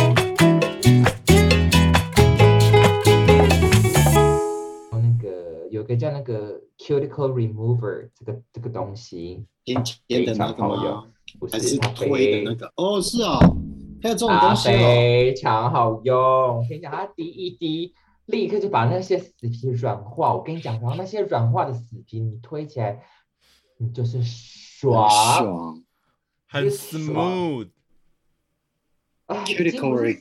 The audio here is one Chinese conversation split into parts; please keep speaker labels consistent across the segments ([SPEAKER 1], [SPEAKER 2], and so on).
[SPEAKER 1] 哦 cuticle remover 这个这个东西，
[SPEAKER 2] 尖尖的那个吗？
[SPEAKER 1] 不
[SPEAKER 2] 还
[SPEAKER 1] 是啊
[SPEAKER 2] 是
[SPEAKER 1] 它
[SPEAKER 2] 推
[SPEAKER 1] 非
[SPEAKER 2] 的那个？哦，是啊，还有这种
[SPEAKER 1] 它
[SPEAKER 2] 东西哦。
[SPEAKER 1] 非常好用。我跟你讲，它滴一滴，立刻就把那些死皮软化。我跟你讲，然后那些软化的死皮，你推起来，你就是爽。
[SPEAKER 2] 很爽
[SPEAKER 3] 很 smooth，
[SPEAKER 1] 啊已经不
[SPEAKER 2] ，cuticle
[SPEAKER 1] 是
[SPEAKER 2] re，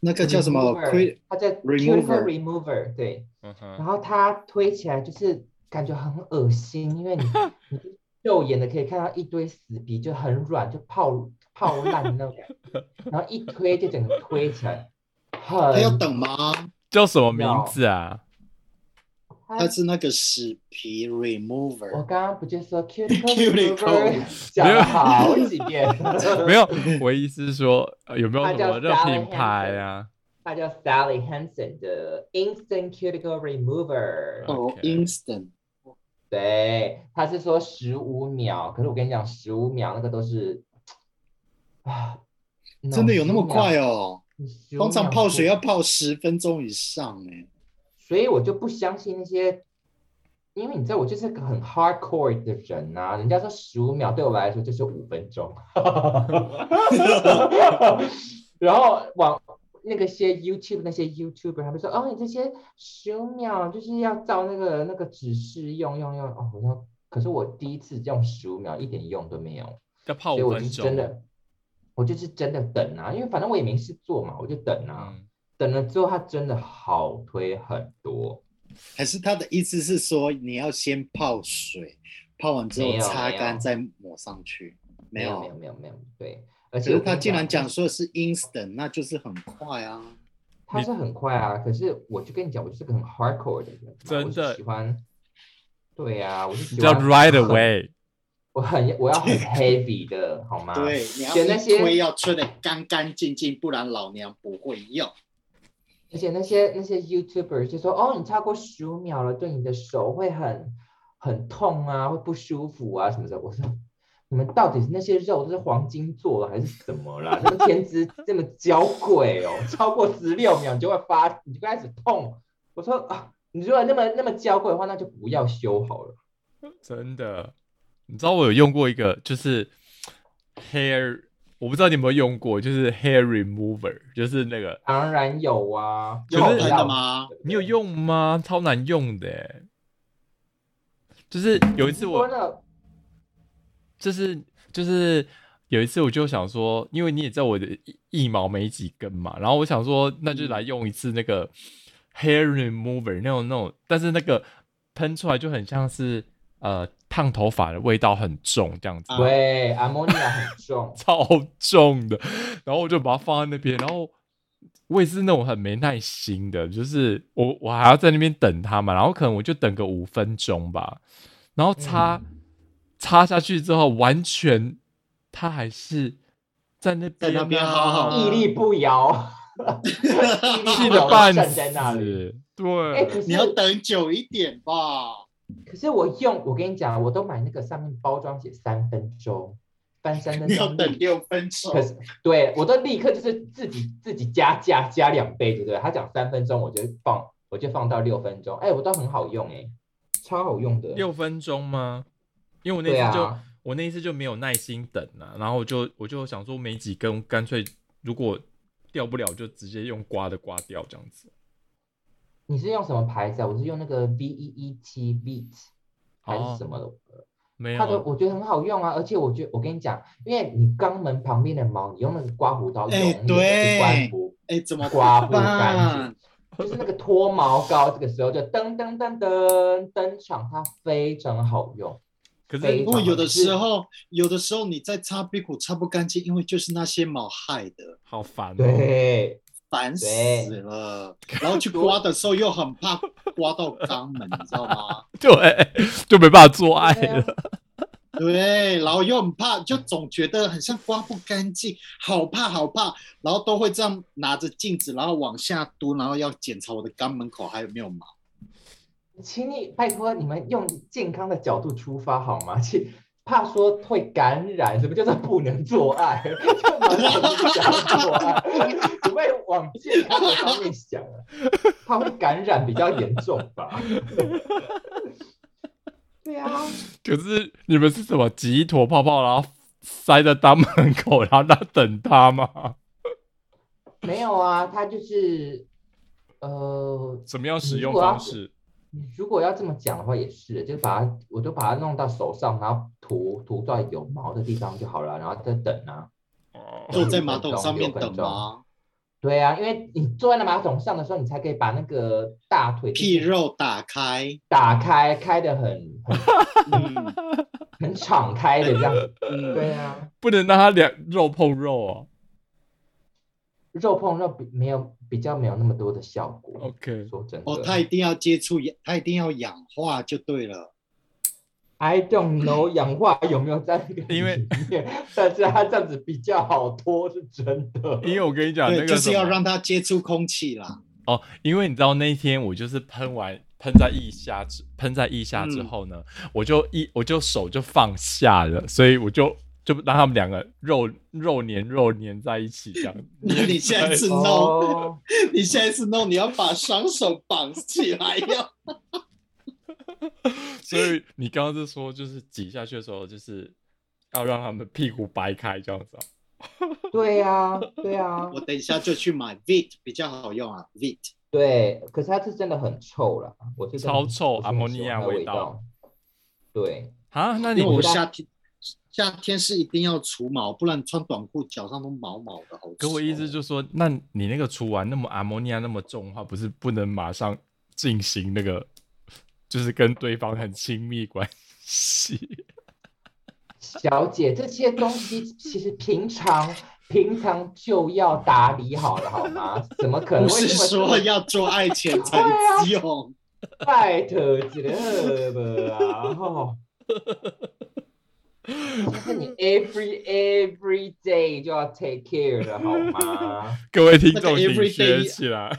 [SPEAKER 2] 那个叫什么
[SPEAKER 1] remover，
[SPEAKER 2] crit？
[SPEAKER 1] 它叫
[SPEAKER 2] remover
[SPEAKER 1] cuticle remover，对。
[SPEAKER 3] 嗯
[SPEAKER 1] 然
[SPEAKER 3] 哼，
[SPEAKER 1] 后它推起来就是感觉很恶心，因为 你你肉眼的可以看到一堆死皮，就很软，就泡泡烂的那种感觉。然后一推就整个推起来，很
[SPEAKER 2] 还要等吗？
[SPEAKER 3] 叫什么名字啊？
[SPEAKER 2] 它是那个死皮 remover。
[SPEAKER 1] 我刚刚不就 说
[SPEAKER 2] Cuticle
[SPEAKER 1] cuticle remover 讲了好几遍？
[SPEAKER 3] 没有，我意思是说呃有没有
[SPEAKER 1] 它
[SPEAKER 3] 什
[SPEAKER 1] 叫
[SPEAKER 3] 么这
[SPEAKER 1] Sally
[SPEAKER 3] 品牌啊？
[SPEAKER 1] 它叫 Sally Hansen 的 Instant Cuticle Remover。
[SPEAKER 2] 哦
[SPEAKER 3] OK
[SPEAKER 2] ，instant
[SPEAKER 1] 对，他是说十五秒，可是我跟你讲，十五秒那个都是啊，
[SPEAKER 2] 真的有那么快
[SPEAKER 1] 哦？
[SPEAKER 2] 哦？
[SPEAKER 1] 15
[SPEAKER 2] 通常
[SPEAKER 1] 秒
[SPEAKER 2] 泡
[SPEAKER 1] 是
[SPEAKER 2] 水要泡十分钟以上哎。
[SPEAKER 1] 所以我就不相信那些，因为你知道我就是个很 hardcore 的人呐、人家说十五秒对我来说就是五分 钟，然后往那个些 YouTube 那些 YouTuber 他们说哦你这些十五秒就是要照那个那个指示用用用哦，我说可是我第一次用十五秒一点用都没有，
[SPEAKER 3] 要泡
[SPEAKER 1] 所以
[SPEAKER 3] 五
[SPEAKER 1] 我就
[SPEAKER 3] 分
[SPEAKER 1] 是真
[SPEAKER 3] 钟。
[SPEAKER 1] 的，我就是真的等啊，因为反正我也没事做嘛，我就等啊，
[SPEAKER 3] 嗯，
[SPEAKER 1] 等了之后它真的好推很多。
[SPEAKER 2] 还是他的意思是说你要先泡水，泡完之后
[SPEAKER 1] 没有
[SPEAKER 2] 擦
[SPEAKER 1] 没有
[SPEAKER 2] 干再抹上去？没
[SPEAKER 1] 没没
[SPEAKER 2] 有
[SPEAKER 1] 有，。没有，没有，对。而
[SPEAKER 2] 可
[SPEAKER 1] 且
[SPEAKER 2] 是
[SPEAKER 1] 我跟
[SPEAKER 2] 他
[SPEAKER 1] 你
[SPEAKER 2] 竟然讲
[SPEAKER 1] 就是
[SPEAKER 2] 说是 instant，那就是很快啊。
[SPEAKER 1] 他是很快啊，可是我就跟你讲，我就是个很 hardcore 的人嘛，我
[SPEAKER 3] 真的
[SPEAKER 1] 是喜欢。对呀、啊，我是
[SPEAKER 3] 你
[SPEAKER 1] 喜
[SPEAKER 3] 叫
[SPEAKER 1] 欢
[SPEAKER 3] right
[SPEAKER 1] 很
[SPEAKER 3] away，
[SPEAKER 1] 我很我要 很 heavy 的好吗？
[SPEAKER 2] 对，你要
[SPEAKER 1] 啊选那
[SPEAKER 2] 一
[SPEAKER 1] 些
[SPEAKER 2] 推要吹得干干净净，不然老娘不会用。
[SPEAKER 1] 而且那些那些 YouTuber 就说，哦，你超过十五秒了，对你的手会很很痛啊，会不舒服啊什么的。我说，你们到底是那些肉都是黄金做的还是什么啦？那么天资这么娇贵哦，超过十六秒你就会发，你就开始痛。我说啊，你如果那么那么娇贵的话，那就不要修好了。
[SPEAKER 3] 真的。你知道我有用过一个，就是 hair，我不知道你有没有用过，就是 hair remover，就是那个
[SPEAKER 1] 当然有啊，
[SPEAKER 3] 可
[SPEAKER 2] 有
[SPEAKER 3] 是哎
[SPEAKER 1] 要不
[SPEAKER 2] 喷的
[SPEAKER 1] 要？
[SPEAKER 2] 吗？
[SPEAKER 3] 你有用吗？超难用的欸，就是有一次
[SPEAKER 1] 说
[SPEAKER 3] 我
[SPEAKER 1] 了，
[SPEAKER 3] 就是就是有一次我就想说，因为你也知道我的腋腋毛没几根嘛，然后我想说那就来用一次那个 hair remover 那种那种，但是那个喷出来就很像是呃烫头发的味道很重这样子，，
[SPEAKER 2] 啊
[SPEAKER 1] 对，阿莫尼亚很重
[SPEAKER 3] 超重的，然后我就把它放在那边，然后我也是那种很没耐心的，就是我我还要在那边等它嘛，然后可能我就等个五分钟吧，然后擦、
[SPEAKER 1] 嗯
[SPEAKER 3] 擦下去之后，完全它还是在那
[SPEAKER 2] 在
[SPEAKER 3] 边
[SPEAKER 2] 那边
[SPEAKER 3] 啊
[SPEAKER 2] 好好
[SPEAKER 1] 屹立不摇。
[SPEAKER 3] 气
[SPEAKER 1] 气
[SPEAKER 3] 的半
[SPEAKER 1] 站在那里。
[SPEAKER 3] 死，
[SPEAKER 1] 哎、
[SPEAKER 3] 对，
[SPEAKER 1] 可是
[SPEAKER 2] 你要等久一点吧。
[SPEAKER 1] 可是我用，我跟你讲，我都买那个上面包装写三分钟，翻三分
[SPEAKER 2] 你要
[SPEAKER 1] 钟
[SPEAKER 2] 等哦
[SPEAKER 1] 立，
[SPEAKER 2] 六分钟
[SPEAKER 1] 可。是对我都立刻就是自己自己加价加两倍，对不对？他讲三分钟，我就放我就放到六分钟，哎、我都很好用哎、超好用的。
[SPEAKER 3] 六分钟吗？因为我那
[SPEAKER 1] 对
[SPEAKER 3] 次就、
[SPEAKER 1] 啊，
[SPEAKER 3] 我那一次就没有耐心等啊，然后我就我就想说没几根，干脆如果掉不了就直接用刮的刮掉这样子。
[SPEAKER 1] 你是用什么牌子啊？我是用那个 V E E T Beat
[SPEAKER 2] 哦
[SPEAKER 1] 还是什么的？
[SPEAKER 3] 没
[SPEAKER 1] 它的
[SPEAKER 3] 有，
[SPEAKER 1] 我觉得很好用啊，而且我觉我跟你讲，因为你肛门旁边的毛，你用那个刮胡刀
[SPEAKER 2] 哎
[SPEAKER 1] 用力的
[SPEAKER 2] 对
[SPEAKER 1] 去刮不
[SPEAKER 2] 哎，怎么
[SPEAKER 1] 刮不干
[SPEAKER 2] 办
[SPEAKER 1] 净？，就是那个脱毛膏，这个时候就噔噔噔噔登场，它非常好用。
[SPEAKER 3] 可是
[SPEAKER 1] 非
[SPEAKER 2] 不
[SPEAKER 1] 常
[SPEAKER 2] 过有的时候，有的时候你在擦屁股擦不干净，因为就是那些毛害的，
[SPEAKER 3] 好烦哦。
[SPEAKER 1] 对，
[SPEAKER 2] 烦死了。然后去刮的时候又很怕刮到肛门，你知道吗？
[SPEAKER 3] 对，就没办法做爱
[SPEAKER 1] 对啊
[SPEAKER 3] 了。
[SPEAKER 2] 对，然后又很怕，就总觉得很像刮不干净，好怕好怕，然后都会这样拿着镜子，然后往下嘟，然后要检查我的肛门口还有没有毛。
[SPEAKER 1] 请你拜托你们用健康的角度出发好吗？去怕说会感染，什么叫做不能做爱？ 就完全不想做爱，只会往健康的方 面想啊，怕会感染比较严重吧。去啊。
[SPEAKER 3] 可是你们是什么挤一坨泡泡，然后塞在大门口，然后让他等他吗？
[SPEAKER 1] 没有啊，他就是呃，
[SPEAKER 3] 怎么样使用
[SPEAKER 1] 如果要
[SPEAKER 3] 方式？
[SPEAKER 1] 你如果要这么讲的话，也是，就把它，我就把它弄到手上，然后涂涂到有毛的地方就好了，然后再等啊。
[SPEAKER 3] 哦
[SPEAKER 2] 坐在马桶上面等吗？
[SPEAKER 1] 对啊，因为你坐在那马桶上的时候，你才可以把那个大腿
[SPEAKER 2] 屁肉打开，
[SPEAKER 1] 打开，开的很很
[SPEAKER 2] 嗯，
[SPEAKER 1] 很敞开的这样子。
[SPEAKER 2] 嗯
[SPEAKER 1] 对啊，
[SPEAKER 3] 不能让他两肉碰肉哦。
[SPEAKER 1] 肉碰肉比没有比较没有那么多的效果。
[SPEAKER 3] OK，
[SPEAKER 1] 说真的，
[SPEAKER 2] 哦，他一定要接触，他一定要氧化就对了。
[SPEAKER 1] I don't know 氧化有没有在那个
[SPEAKER 3] 因为
[SPEAKER 1] 里面，但是它这样子比较好脱，是真的。
[SPEAKER 3] 因为我跟你啊讲，那
[SPEAKER 2] 对，
[SPEAKER 3] 个
[SPEAKER 2] 就是
[SPEAKER 3] 什
[SPEAKER 2] 要
[SPEAKER 3] 么
[SPEAKER 2] 让它接触空气 啦。
[SPEAKER 3] 哦，因为你知道那一天我就是喷完喷在腋下之喷在腋下之
[SPEAKER 2] 嗯
[SPEAKER 3] 后呢，我就一我就手就放下了，所以我就就让他们两个肉肉黏肉黏在一起这样。
[SPEAKER 2] 那你下一次弄，
[SPEAKER 1] 哦，
[SPEAKER 2] 你下一次弄，你要把双手绑起来呀。
[SPEAKER 3] 所以你刚刚是说，就是挤下去的时候，就是要让他们屁股掰开这样子、啊。
[SPEAKER 1] 对呀，对啊呀
[SPEAKER 2] 我，等一下就去买 Vit 比较好用啊，Vit。
[SPEAKER 1] 对。可是它是真的很臭了，我是真的
[SPEAKER 3] 超臭
[SPEAKER 1] 我是很喜欢
[SPEAKER 3] 阿莫尼亚
[SPEAKER 1] 它的
[SPEAKER 3] 味
[SPEAKER 1] 味
[SPEAKER 3] 道。
[SPEAKER 1] 对，
[SPEAKER 3] 啊，那你
[SPEAKER 2] 因为我
[SPEAKER 3] 不
[SPEAKER 2] 夏天夏天是一定要除毛，不然穿短裤脚上都毛毛的，好。哦
[SPEAKER 3] 可我意思，就是说，那你那个除完那么阿莫尼亚那么重的话，不是不能马上进行那个，就是跟对方很亲密关系？
[SPEAKER 1] 小姐，这些东西其实平常平常就要打理好了，好吗？怎么可能
[SPEAKER 2] 不
[SPEAKER 1] 会啊
[SPEAKER 2] 是
[SPEAKER 1] 这么
[SPEAKER 2] 说要做爱前 才用。
[SPEAKER 1] 拜托一个啊？吼！就是 你 every every day 就要 take care 的好 吗？
[SPEAKER 3] 各位听众，
[SPEAKER 2] 那个
[SPEAKER 3] 请
[SPEAKER 2] everyday-
[SPEAKER 3] 学起来。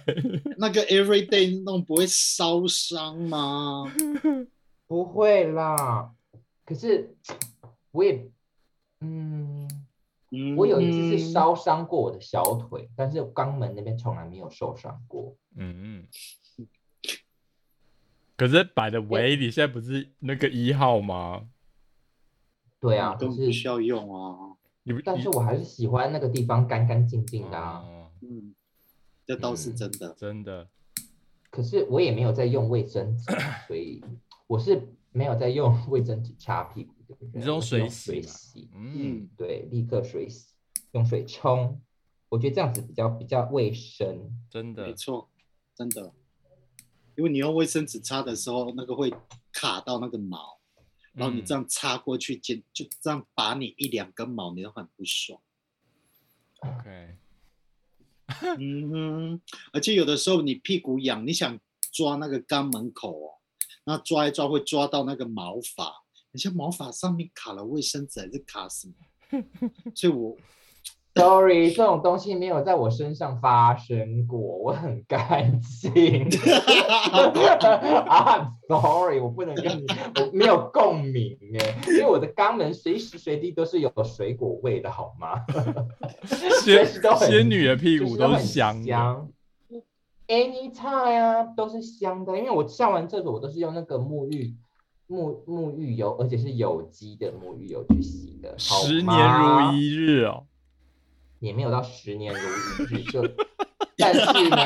[SPEAKER 2] 那个 everyday 弄不会烧伤吗？
[SPEAKER 1] 不会啦，可是我也，嗯，
[SPEAKER 2] 嗯
[SPEAKER 1] 我有一次是烧伤过我的小腿，但是肛门那边从来没有受伤过。
[SPEAKER 3] 嗯嗯。可是摆的喂，你现在不是那个一号吗？
[SPEAKER 1] 对啊，
[SPEAKER 2] 根
[SPEAKER 1] 可
[SPEAKER 2] 本不
[SPEAKER 1] 是
[SPEAKER 2] 需要用啊。
[SPEAKER 3] 你不
[SPEAKER 1] 但
[SPEAKER 3] 你
[SPEAKER 1] 是我还是喜欢那个地方干干净净的啊。
[SPEAKER 3] 哦
[SPEAKER 2] 嗯，这倒
[SPEAKER 3] 嗯
[SPEAKER 2] 是真的。
[SPEAKER 3] 真的，
[SPEAKER 1] 可是我也没有在用卫生纸，所以我是没有在用 卫生纸擦屁股，对不对？
[SPEAKER 3] 你是用
[SPEAKER 1] 我是
[SPEAKER 3] 水
[SPEAKER 1] 用
[SPEAKER 3] 洗
[SPEAKER 1] 水
[SPEAKER 3] 嘛
[SPEAKER 1] 洗，
[SPEAKER 3] 嗯
[SPEAKER 2] 嗯，
[SPEAKER 1] 对，立刻水洗，用水冲。我觉得这样子比较比较卫生。
[SPEAKER 3] 真
[SPEAKER 2] 没
[SPEAKER 3] 的，
[SPEAKER 2] 错，真的。因为你用卫生纸擦的时候，那个会卡到那个毛，然后
[SPEAKER 3] 嗯
[SPEAKER 2] 你这样擦过去，就就这样拔你一两根毛，你都很不爽。
[SPEAKER 3] OK，
[SPEAKER 2] 嗯哼，而且有的时候你屁股痒，你想抓那个肛门口哦，那抓一抓会抓到那个毛发，你像毛发上面卡了卫生纸还是卡 什么？所以我
[SPEAKER 1] Sorry，这种东西没有在我身上发生过，我很干净。I'm sorry，我不能跟你，我没有共鸣哎，因为我的肛门随时随地都是有水果味的，好吗？
[SPEAKER 3] 仙
[SPEAKER 1] 随时都很
[SPEAKER 3] 仙女的屁
[SPEAKER 1] 就是
[SPEAKER 3] 股
[SPEAKER 1] 都
[SPEAKER 3] 都
[SPEAKER 1] 很
[SPEAKER 3] 是香的。
[SPEAKER 1] 香。Anytime 啊，都是香的，因为我上完厕所，我都是用那个沐浴沐沐浴油，而且是有机的沐浴油去洗的，好
[SPEAKER 3] 十年
[SPEAKER 1] 吗
[SPEAKER 3] 如一日哦，
[SPEAKER 1] 也没有到十年如一日，就但是呢，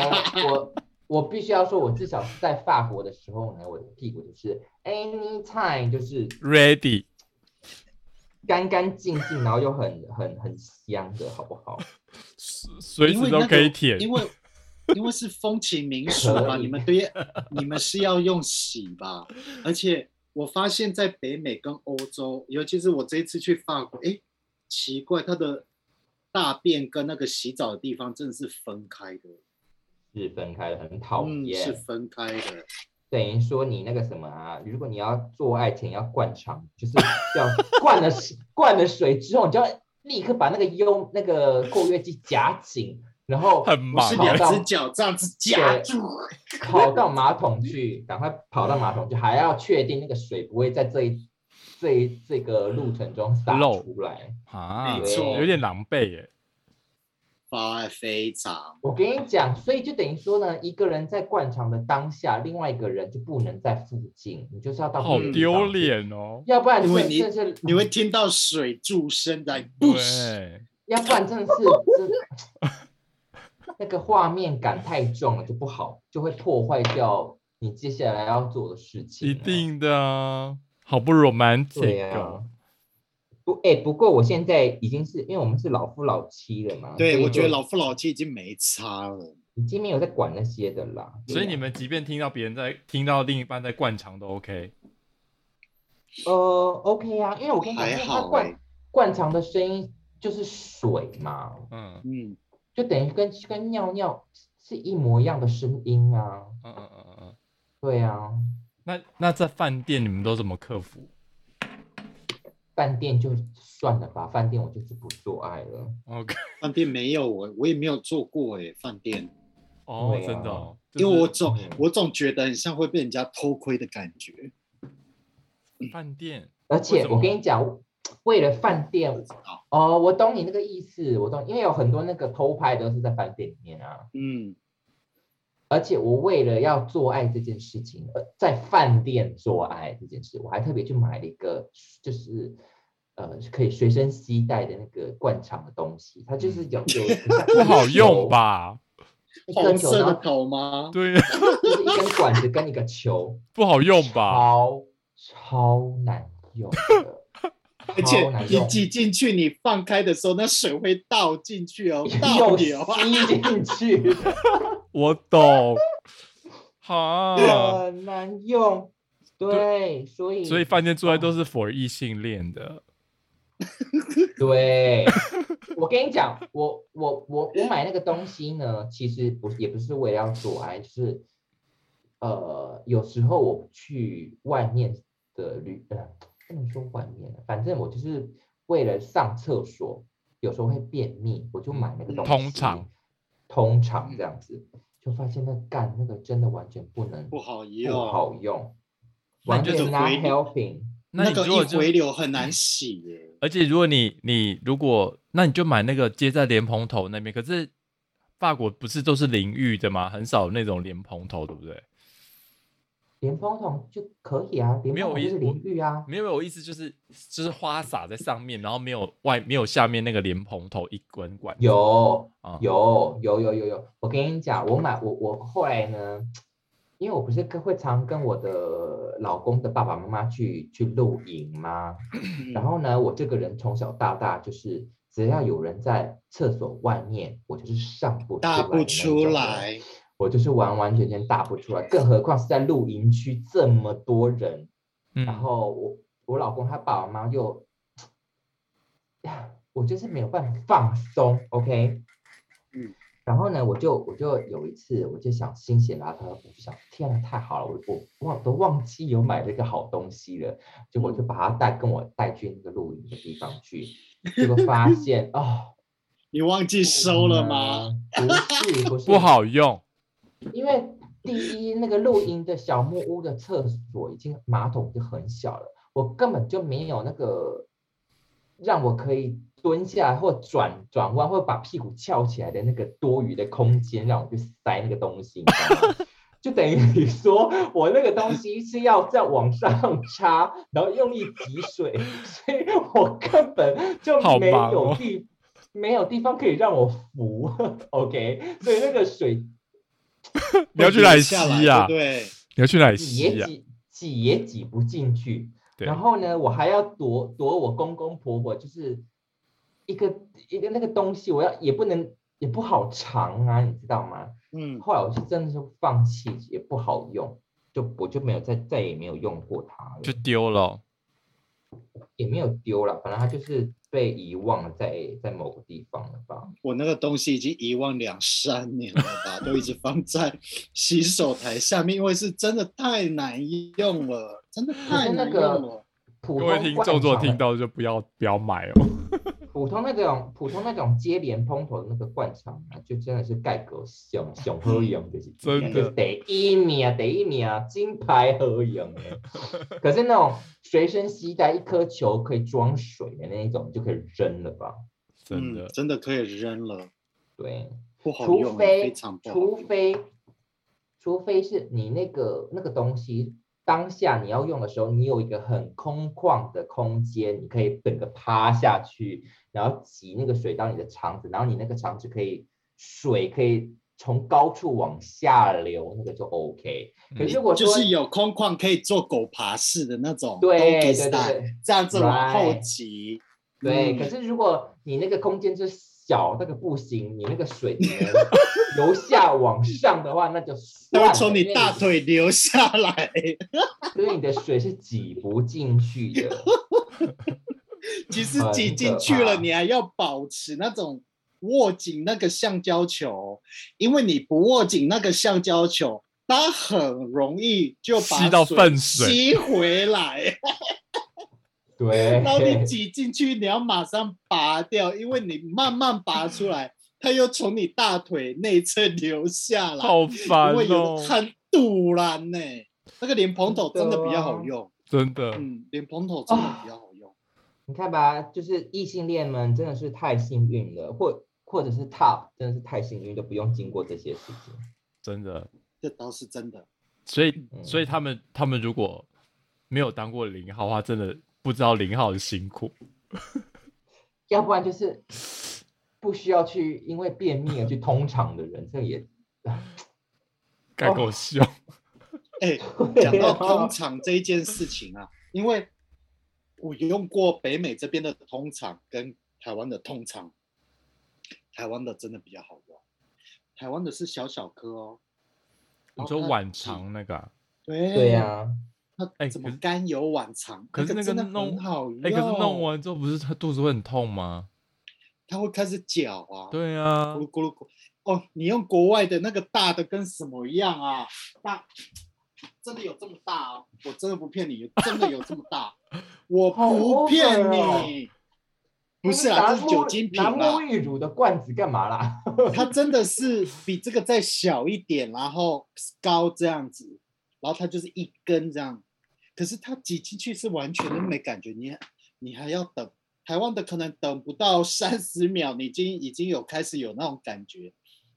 [SPEAKER 1] 我我必须要说，我至少是在法国的时候呢，我的屁股就是 anytime 就是
[SPEAKER 3] ready，
[SPEAKER 1] 干干净净，然后又很很很香的，好不好？
[SPEAKER 3] 随
[SPEAKER 2] 因为
[SPEAKER 3] 时
[SPEAKER 2] 那
[SPEAKER 3] 都
[SPEAKER 2] 个
[SPEAKER 3] 可以舔。
[SPEAKER 2] 因为因为是风情民俗
[SPEAKER 1] 可
[SPEAKER 2] 嘛，
[SPEAKER 1] 以
[SPEAKER 2] 你们对你们是要用洗吧？而且我发现，在北美跟欧洲，尤其是我这一次去法国，哎，奇怪，它的大便跟那个洗澡的地方真的是分开的，
[SPEAKER 1] 是分开的，很讨
[SPEAKER 2] 嗯，
[SPEAKER 1] 厌。
[SPEAKER 2] 是分开的。
[SPEAKER 1] 等于说你那个什么啊，如果你要做爱前要灌肠，就是要灌了水，灌了水之后，你就要立刻把那个优那个括约肌夹紧，然后
[SPEAKER 3] 很
[SPEAKER 2] 不
[SPEAKER 3] 忙
[SPEAKER 2] 是
[SPEAKER 1] 跑
[SPEAKER 2] 两
[SPEAKER 1] 到
[SPEAKER 2] 只脚这样子夹住，
[SPEAKER 1] 跑到马桶去，赶快跑到马桶去，还要确定那个水不会在这一这一这个路程中洒
[SPEAKER 3] 漏
[SPEAKER 1] 出来。
[SPEAKER 3] 啊
[SPEAKER 1] 没错
[SPEAKER 3] 有点狼狈耶。
[SPEAKER 2] 发外非常
[SPEAKER 1] 我跟你讲，所以就等于说呢，一个人在灌肠的当下，另外一个人就不能在附近，你就是要到
[SPEAKER 3] 好
[SPEAKER 1] 别人
[SPEAKER 3] 丢
[SPEAKER 1] 房间，
[SPEAKER 3] 脸哦。
[SPEAKER 1] 要不然
[SPEAKER 2] 因为
[SPEAKER 1] 真的
[SPEAKER 2] 你
[SPEAKER 1] 真的是
[SPEAKER 2] 你会听到水柱声在 push，
[SPEAKER 3] 嗯对，嗯
[SPEAKER 1] 要不然真的是这那 个画面感太重了，就不好，就会破坏掉你接下来要做的事情。
[SPEAKER 3] 一。定的啊，好不 romantic
[SPEAKER 1] 对啊呀、
[SPEAKER 3] 哦
[SPEAKER 1] 不，哎、不过我现在已经是因为我们是老夫老妻了嘛，所
[SPEAKER 2] 对
[SPEAKER 1] 以
[SPEAKER 2] 我
[SPEAKER 1] 就
[SPEAKER 2] 觉得老夫老妻已经没差了。
[SPEAKER 1] 已经没有在管那些的啦。
[SPEAKER 3] 所以
[SPEAKER 1] 对
[SPEAKER 3] 你
[SPEAKER 1] 啊
[SPEAKER 3] 们即便听到别人在听到另一半在灌肠都 OK，
[SPEAKER 1] 呃，OK 啊，因为我跟你讲，
[SPEAKER 2] 还
[SPEAKER 1] 因为它
[SPEAKER 2] 好
[SPEAKER 1] 灌
[SPEAKER 2] 欸
[SPEAKER 1] 灌肠的声音就是水嘛，
[SPEAKER 3] 嗯
[SPEAKER 2] 嗯，
[SPEAKER 1] 就等于跟跟尿尿是一模一样的声音啊。
[SPEAKER 3] 嗯嗯嗯嗯嗯。
[SPEAKER 1] 对啊，
[SPEAKER 3] 那那在饭店你们都怎么克服？
[SPEAKER 1] 饭店就算了吧，饭店我就是不做爱了。
[SPEAKER 3] OK，
[SPEAKER 2] 饭店没有我，我也没有做过哎、饭店，
[SPEAKER 3] 哦，
[SPEAKER 1] 对啊
[SPEAKER 3] 真的、哦，
[SPEAKER 2] 因为我
[SPEAKER 3] 就是
[SPEAKER 2] 总
[SPEAKER 1] 嗯
[SPEAKER 2] 我总觉得很像会被人家偷窥的感觉。
[SPEAKER 3] 饭店，
[SPEAKER 1] 而
[SPEAKER 3] 为
[SPEAKER 1] 且
[SPEAKER 3] 什么
[SPEAKER 1] 我跟你讲，为了饭
[SPEAKER 2] 不
[SPEAKER 1] 店
[SPEAKER 2] 知，道，
[SPEAKER 1] 哦，我懂你那个意思，我懂，因为有很多那个偷拍都是在饭店里面啊。
[SPEAKER 2] 嗯，
[SPEAKER 1] 而且我为了要做爱这件事情，呃，在饭店做爱这件事，我还特别去买了一个，就是呃可以随身携带的那个灌肠的东西，它就是有 有
[SPEAKER 3] 不
[SPEAKER 1] 不
[SPEAKER 3] 好用？吧？
[SPEAKER 1] 一根
[SPEAKER 2] 红
[SPEAKER 1] 球，
[SPEAKER 2] 色
[SPEAKER 1] 然
[SPEAKER 2] 的
[SPEAKER 1] 后
[SPEAKER 2] 头吗？
[SPEAKER 3] 对，
[SPEAKER 1] 就是一根管子跟一个球，
[SPEAKER 3] 不好用吧？
[SPEAKER 1] 超超难用的
[SPEAKER 2] 而
[SPEAKER 1] 超
[SPEAKER 2] 且
[SPEAKER 1] 难
[SPEAKER 2] 你
[SPEAKER 1] 用
[SPEAKER 2] 挤进去，你放开的时候，那水会倒进去哦，倒
[SPEAKER 1] 又
[SPEAKER 2] 流啊！
[SPEAKER 1] 吸进去，
[SPEAKER 3] 我懂，好，
[SPEAKER 1] 很难用。对，所以
[SPEAKER 3] 啊所以饭店做爱都是 for 异性恋的，
[SPEAKER 1] 对，我跟你讲，我我我我买那个东西呢，其实不也不是为了要做爱，就是呃，有时候我去外面的旅，呃，不能说外面了，反正我就是为了上厕所，有时候会便秘，我就买那个东西。
[SPEAKER 3] 嗯通常，嗯
[SPEAKER 1] 通常这样子，就发现那干那个真的完全不能
[SPEAKER 2] 不好用，
[SPEAKER 1] 不好用，
[SPEAKER 3] 那
[SPEAKER 1] 完
[SPEAKER 3] 你就
[SPEAKER 1] 全
[SPEAKER 3] 是
[SPEAKER 1] not
[SPEAKER 2] 回力
[SPEAKER 1] helping。
[SPEAKER 3] 那
[SPEAKER 2] 那
[SPEAKER 3] 你
[SPEAKER 2] 个
[SPEAKER 3] 如果
[SPEAKER 2] 一
[SPEAKER 3] 就
[SPEAKER 2] 回流很难洗耶。
[SPEAKER 3] 而且如果你你如果那你就买那个接在莲蓬头那边，可是法国不是都是淋浴的吗？很少有那种莲蓬头，对不对？
[SPEAKER 1] 连风筒就可以啊，连
[SPEAKER 3] 没有
[SPEAKER 1] 风筒
[SPEAKER 3] 我
[SPEAKER 1] 就
[SPEAKER 3] 意
[SPEAKER 1] 是
[SPEAKER 3] 我
[SPEAKER 1] 淋浴啊。
[SPEAKER 3] 没有，我意思就是就是花洒在上面，然后没有外没有下面那个莲蓬头一根管子
[SPEAKER 1] 有
[SPEAKER 3] 啊
[SPEAKER 1] 有有有有有，我跟你讲，我买我我后来呢，因为我不是跟会常跟我的老公的爸爸妈妈去去露营吗？
[SPEAKER 2] 嗯
[SPEAKER 1] 然后呢，我这个人从小到大就是，只要有人在厕所外面，我就是上不
[SPEAKER 2] 大
[SPEAKER 1] 来
[SPEAKER 2] 不
[SPEAKER 1] 的那
[SPEAKER 2] 出
[SPEAKER 1] 种人，
[SPEAKER 2] 来，
[SPEAKER 1] 我就是完完全全大不出来，更何况是在露营区这么多人，
[SPEAKER 3] 嗯
[SPEAKER 1] 然后我我老公他爸爸妈妈又， 我就是没有办法放松，OK，
[SPEAKER 2] 嗯，
[SPEAKER 1] 然后呢，我就我就有一次我就想心血来潮，我就想天啊，太好了，我我忘都忘记有买了一个好东西了，结果就把他带跟我带去那个露营的地方去，结果发现哦，
[SPEAKER 2] 你忘记 收了吗？
[SPEAKER 1] 嗯？不是不是
[SPEAKER 3] 不，好用，
[SPEAKER 1] 因为第一那个露营的小木屋的厕所已经马桶就很小了，我根本就没有那个让我可以蹲下或转转弯或把屁股翘起来的那个多余的空间，让我去塞那个东西，你知道吗？就等于说我那个东西是要再往上插，然后用力挤水，所以我根本就
[SPEAKER 3] 好
[SPEAKER 1] 没
[SPEAKER 3] 忙
[SPEAKER 1] 有
[SPEAKER 3] 哦
[SPEAKER 1] 地、没有地方可以让我扶。OK，所以那个水
[SPEAKER 3] 你要去啊哪里吸
[SPEAKER 2] 下来
[SPEAKER 3] 呀、
[SPEAKER 2] 对不对，
[SPEAKER 3] 你要去哪里
[SPEAKER 1] 挤
[SPEAKER 3] 吸
[SPEAKER 1] 也
[SPEAKER 3] 呀、
[SPEAKER 1] 挤挤也挤不进去。
[SPEAKER 3] 啊对
[SPEAKER 1] 然后呢，我还要躲躲我公公婆婆，就是一个一个那个东西，我要也不能也不好藏啊，你知道吗？
[SPEAKER 2] 嗯，
[SPEAKER 1] 后来我是真的是放弃，也不好用，就我就没有再再也没有用过它了，
[SPEAKER 3] 就丢了哦、
[SPEAKER 1] 也没有丢了，反正它就是被遗忘了在在某个地方了吧。
[SPEAKER 2] 我那个东西已经遗忘两三年了 吧，都一直放在洗手台下面，因为是真的太难用了，真的太难用
[SPEAKER 1] 就是那
[SPEAKER 2] 了。
[SPEAKER 1] 普
[SPEAKER 3] 各
[SPEAKER 1] 通
[SPEAKER 3] 位听众
[SPEAKER 1] 惯
[SPEAKER 3] 如果
[SPEAKER 1] 常
[SPEAKER 3] 听
[SPEAKER 1] 的
[SPEAKER 3] 到就不要不要买哦。
[SPEAKER 1] 嗯普通那种普通那种接连蓬头的那个灌肠啊，就真的是盖狗熊熊合影， 就是
[SPEAKER 3] 真的
[SPEAKER 1] 就是第一名，啊第一名金牌合影哎。可是那种随身携带一颗球可以装水的那一种，你就可以扔了吧？
[SPEAKER 3] 真的
[SPEAKER 2] 嗯，真的可以扔了。
[SPEAKER 1] 对，
[SPEAKER 2] 不好
[SPEAKER 1] 除
[SPEAKER 2] 用，
[SPEAKER 1] 非
[SPEAKER 2] 非常不好
[SPEAKER 1] 除
[SPEAKER 2] 用。
[SPEAKER 1] 非除非是你那个那个东西当下你要用的时候，你有一个很空旷的空间，你可以整个趴下去，然后挤那个水到你的肠子，然后你那个肠子可以水可以从高处往下流，那个就 OK。可
[SPEAKER 3] 嗯
[SPEAKER 1] 是如果
[SPEAKER 2] 就
[SPEAKER 1] 说
[SPEAKER 2] 是有空旷可以做狗爬式的那种，
[SPEAKER 1] 对对
[SPEAKER 2] donkey
[SPEAKER 1] 对
[SPEAKER 2] style，
[SPEAKER 1] 对
[SPEAKER 2] 这样子往后
[SPEAKER 1] Right
[SPEAKER 2] 挤。
[SPEAKER 1] 对，可
[SPEAKER 2] 嗯
[SPEAKER 1] 是如果你那个空间就是小，那个不行，你那个 水只能由下往上的话，那就
[SPEAKER 2] 它
[SPEAKER 1] 算了
[SPEAKER 2] 会从
[SPEAKER 1] 因为
[SPEAKER 2] 你大腿流下来，
[SPEAKER 1] 所以你的水是挤不进去 的。
[SPEAKER 2] 其实
[SPEAKER 1] 很
[SPEAKER 2] 挤
[SPEAKER 1] 可
[SPEAKER 2] 进去了，
[SPEAKER 1] 怕
[SPEAKER 2] 你还要保持那种握紧那个橡胶球，因为你不握紧那个橡胶球，它很容易就把
[SPEAKER 3] 吸到粪水
[SPEAKER 2] 吸回来。
[SPEAKER 1] 对，
[SPEAKER 2] 然后 你挤进去，你要马上拔掉，因为你慢慢拔出来，它又从你大腿内侧流下来，
[SPEAKER 3] 好烦
[SPEAKER 2] 因为有
[SPEAKER 3] 哦
[SPEAKER 2] 的，很堵然呢、那个莲蓬头真的比较
[SPEAKER 1] 啊
[SPEAKER 2] 好用，
[SPEAKER 3] 真的。
[SPEAKER 2] 嗯，莲蓬头真的比较好用。
[SPEAKER 1] 你看吧，就是异性恋们真的是太幸运了，或或者是 top 真的是太幸运，都不用经过这些事情。
[SPEAKER 3] 真的。
[SPEAKER 2] 这倒是真的，
[SPEAKER 3] 所以，
[SPEAKER 1] 嗯
[SPEAKER 3] 所以他们他们如果没有当过零号的话，真的不知道零号的辛苦。
[SPEAKER 1] 哦要不然就是不需要去因为便秘而去通常的人，这也
[SPEAKER 3] 该给我笑，
[SPEAKER 1] 哦
[SPEAKER 2] 哎、 讲到通常这一件事情啊，因为我用过北美这边的通常跟台湾的通常，台湾的真的比较好用，台湾的是小小颗哦。
[SPEAKER 3] 你说
[SPEAKER 2] 然后它
[SPEAKER 3] 晚肠那个、啊，
[SPEAKER 2] 对
[SPEAKER 1] 对啊呀、
[SPEAKER 2] 那
[SPEAKER 3] 哎
[SPEAKER 2] 怎
[SPEAKER 3] 可
[SPEAKER 2] 么
[SPEAKER 3] 是
[SPEAKER 2] 甘油晚肠？
[SPEAKER 3] 可是
[SPEAKER 2] 那
[SPEAKER 3] 那
[SPEAKER 2] 真
[SPEAKER 3] 个
[SPEAKER 2] 的
[SPEAKER 3] 弄
[SPEAKER 2] 很好用，
[SPEAKER 3] 哎、可是弄完之后不是他肚子会很痛吗？
[SPEAKER 2] 它会开始搅啊，
[SPEAKER 3] 对啊
[SPEAKER 2] 咕，噜咕噜咕。哦，你用国外的那个大的跟什么一样啊？大，真的有这么大哦？我真的不骗你，真的有这么大，我
[SPEAKER 1] 好
[SPEAKER 2] 不骗
[SPEAKER 1] over 哦
[SPEAKER 2] 你。不是啦，
[SPEAKER 1] 拿
[SPEAKER 2] 这是酒精瓶
[SPEAKER 1] 沐拿沐
[SPEAKER 2] 啦，
[SPEAKER 1] 浴乳的罐子干嘛啦？
[SPEAKER 2] 它真的是比这个再小一点，然后高这样子，然后它就是一根这样，可是它挤进去是完全都没感觉，你你还要等。台湾的可能等不到三十秒，你已经已经有开始有那种感觉。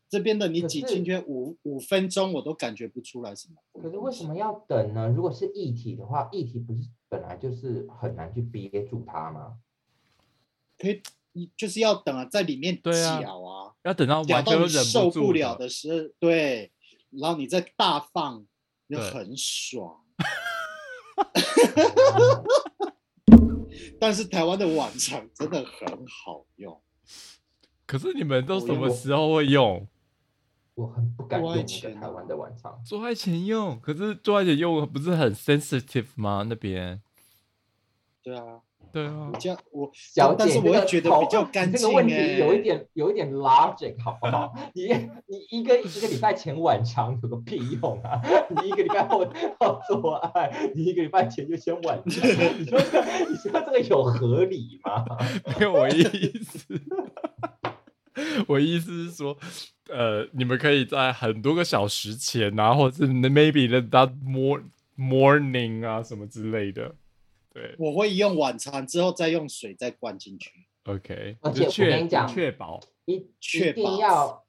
[SPEAKER 2] 这边的你
[SPEAKER 1] 可
[SPEAKER 2] 挤
[SPEAKER 1] 是
[SPEAKER 2] 进去五五分钟，我都感觉不出来什么。
[SPEAKER 1] 可是为什么要等呢？如果是液体的话，液体不是本来就是很难去憋住它吗？
[SPEAKER 2] 可以，你就是要等啊，在里面
[SPEAKER 3] 对啊
[SPEAKER 2] 搅啊，
[SPEAKER 3] 要等到
[SPEAKER 2] 搅
[SPEAKER 3] 完
[SPEAKER 2] 到
[SPEAKER 3] 全
[SPEAKER 2] 你
[SPEAKER 3] 忍
[SPEAKER 2] 受
[SPEAKER 3] 住
[SPEAKER 2] 不了的时候，对，然后你再大放，就
[SPEAKER 3] 对
[SPEAKER 2] 很爽。但是台湾的晚场真的很好用，
[SPEAKER 3] 可是你们都
[SPEAKER 2] 我
[SPEAKER 3] 什么
[SPEAKER 2] 用
[SPEAKER 3] 时候会用？
[SPEAKER 1] 我很不敢
[SPEAKER 2] 我
[SPEAKER 1] 用
[SPEAKER 2] 以
[SPEAKER 1] 那个
[SPEAKER 2] 前
[SPEAKER 1] 台湾的晚上，
[SPEAKER 3] 做爱前用，可是做爱前用不是很 sensitive 吗？那边
[SPEAKER 2] 对啊，
[SPEAKER 3] 对啊
[SPEAKER 2] 我，这样我
[SPEAKER 1] 小姐，
[SPEAKER 2] 但是我
[SPEAKER 1] 这
[SPEAKER 2] 会
[SPEAKER 1] 个
[SPEAKER 2] 觉得
[SPEAKER 1] 头
[SPEAKER 2] 比较干
[SPEAKER 1] 你这
[SPEAKER 2] 净
[SPEAKER 1] 个问题
[SPEAKER 2] 欸
[SPEAKER 1] 有一点有一点 logic 好不好？ 你你一个一个礼拜前晚肠有个屁用啊！ 你一个礼拜后要做爱，你一个礼拜前就先晚肠， 你说这你说这个有合理吗？
[SPEAKER 3] 没有我意思， 我意思是说，呃，你们可以在很多个小时前啊，然后是 maybe that more morning 啊什么之类的，对
[SPEAKER 2] 我会用晚餐之后再用水再灌进 去。
[SPEAKER 3] ，OK，
[SPEAKER 1] 而
[SPEAKER 3] 就
[SPEAKER 1] 且我
[SPEAKER 3] 确
[SPEAKER 1] 跟你讲
[SPEAKER 3] 确保
[SPEAKER 1] 一
[SPEAKER 2] 确
[SPEAKER 1] 一定
[SPEAKER 2] 保
[SPEAKER 1] 要，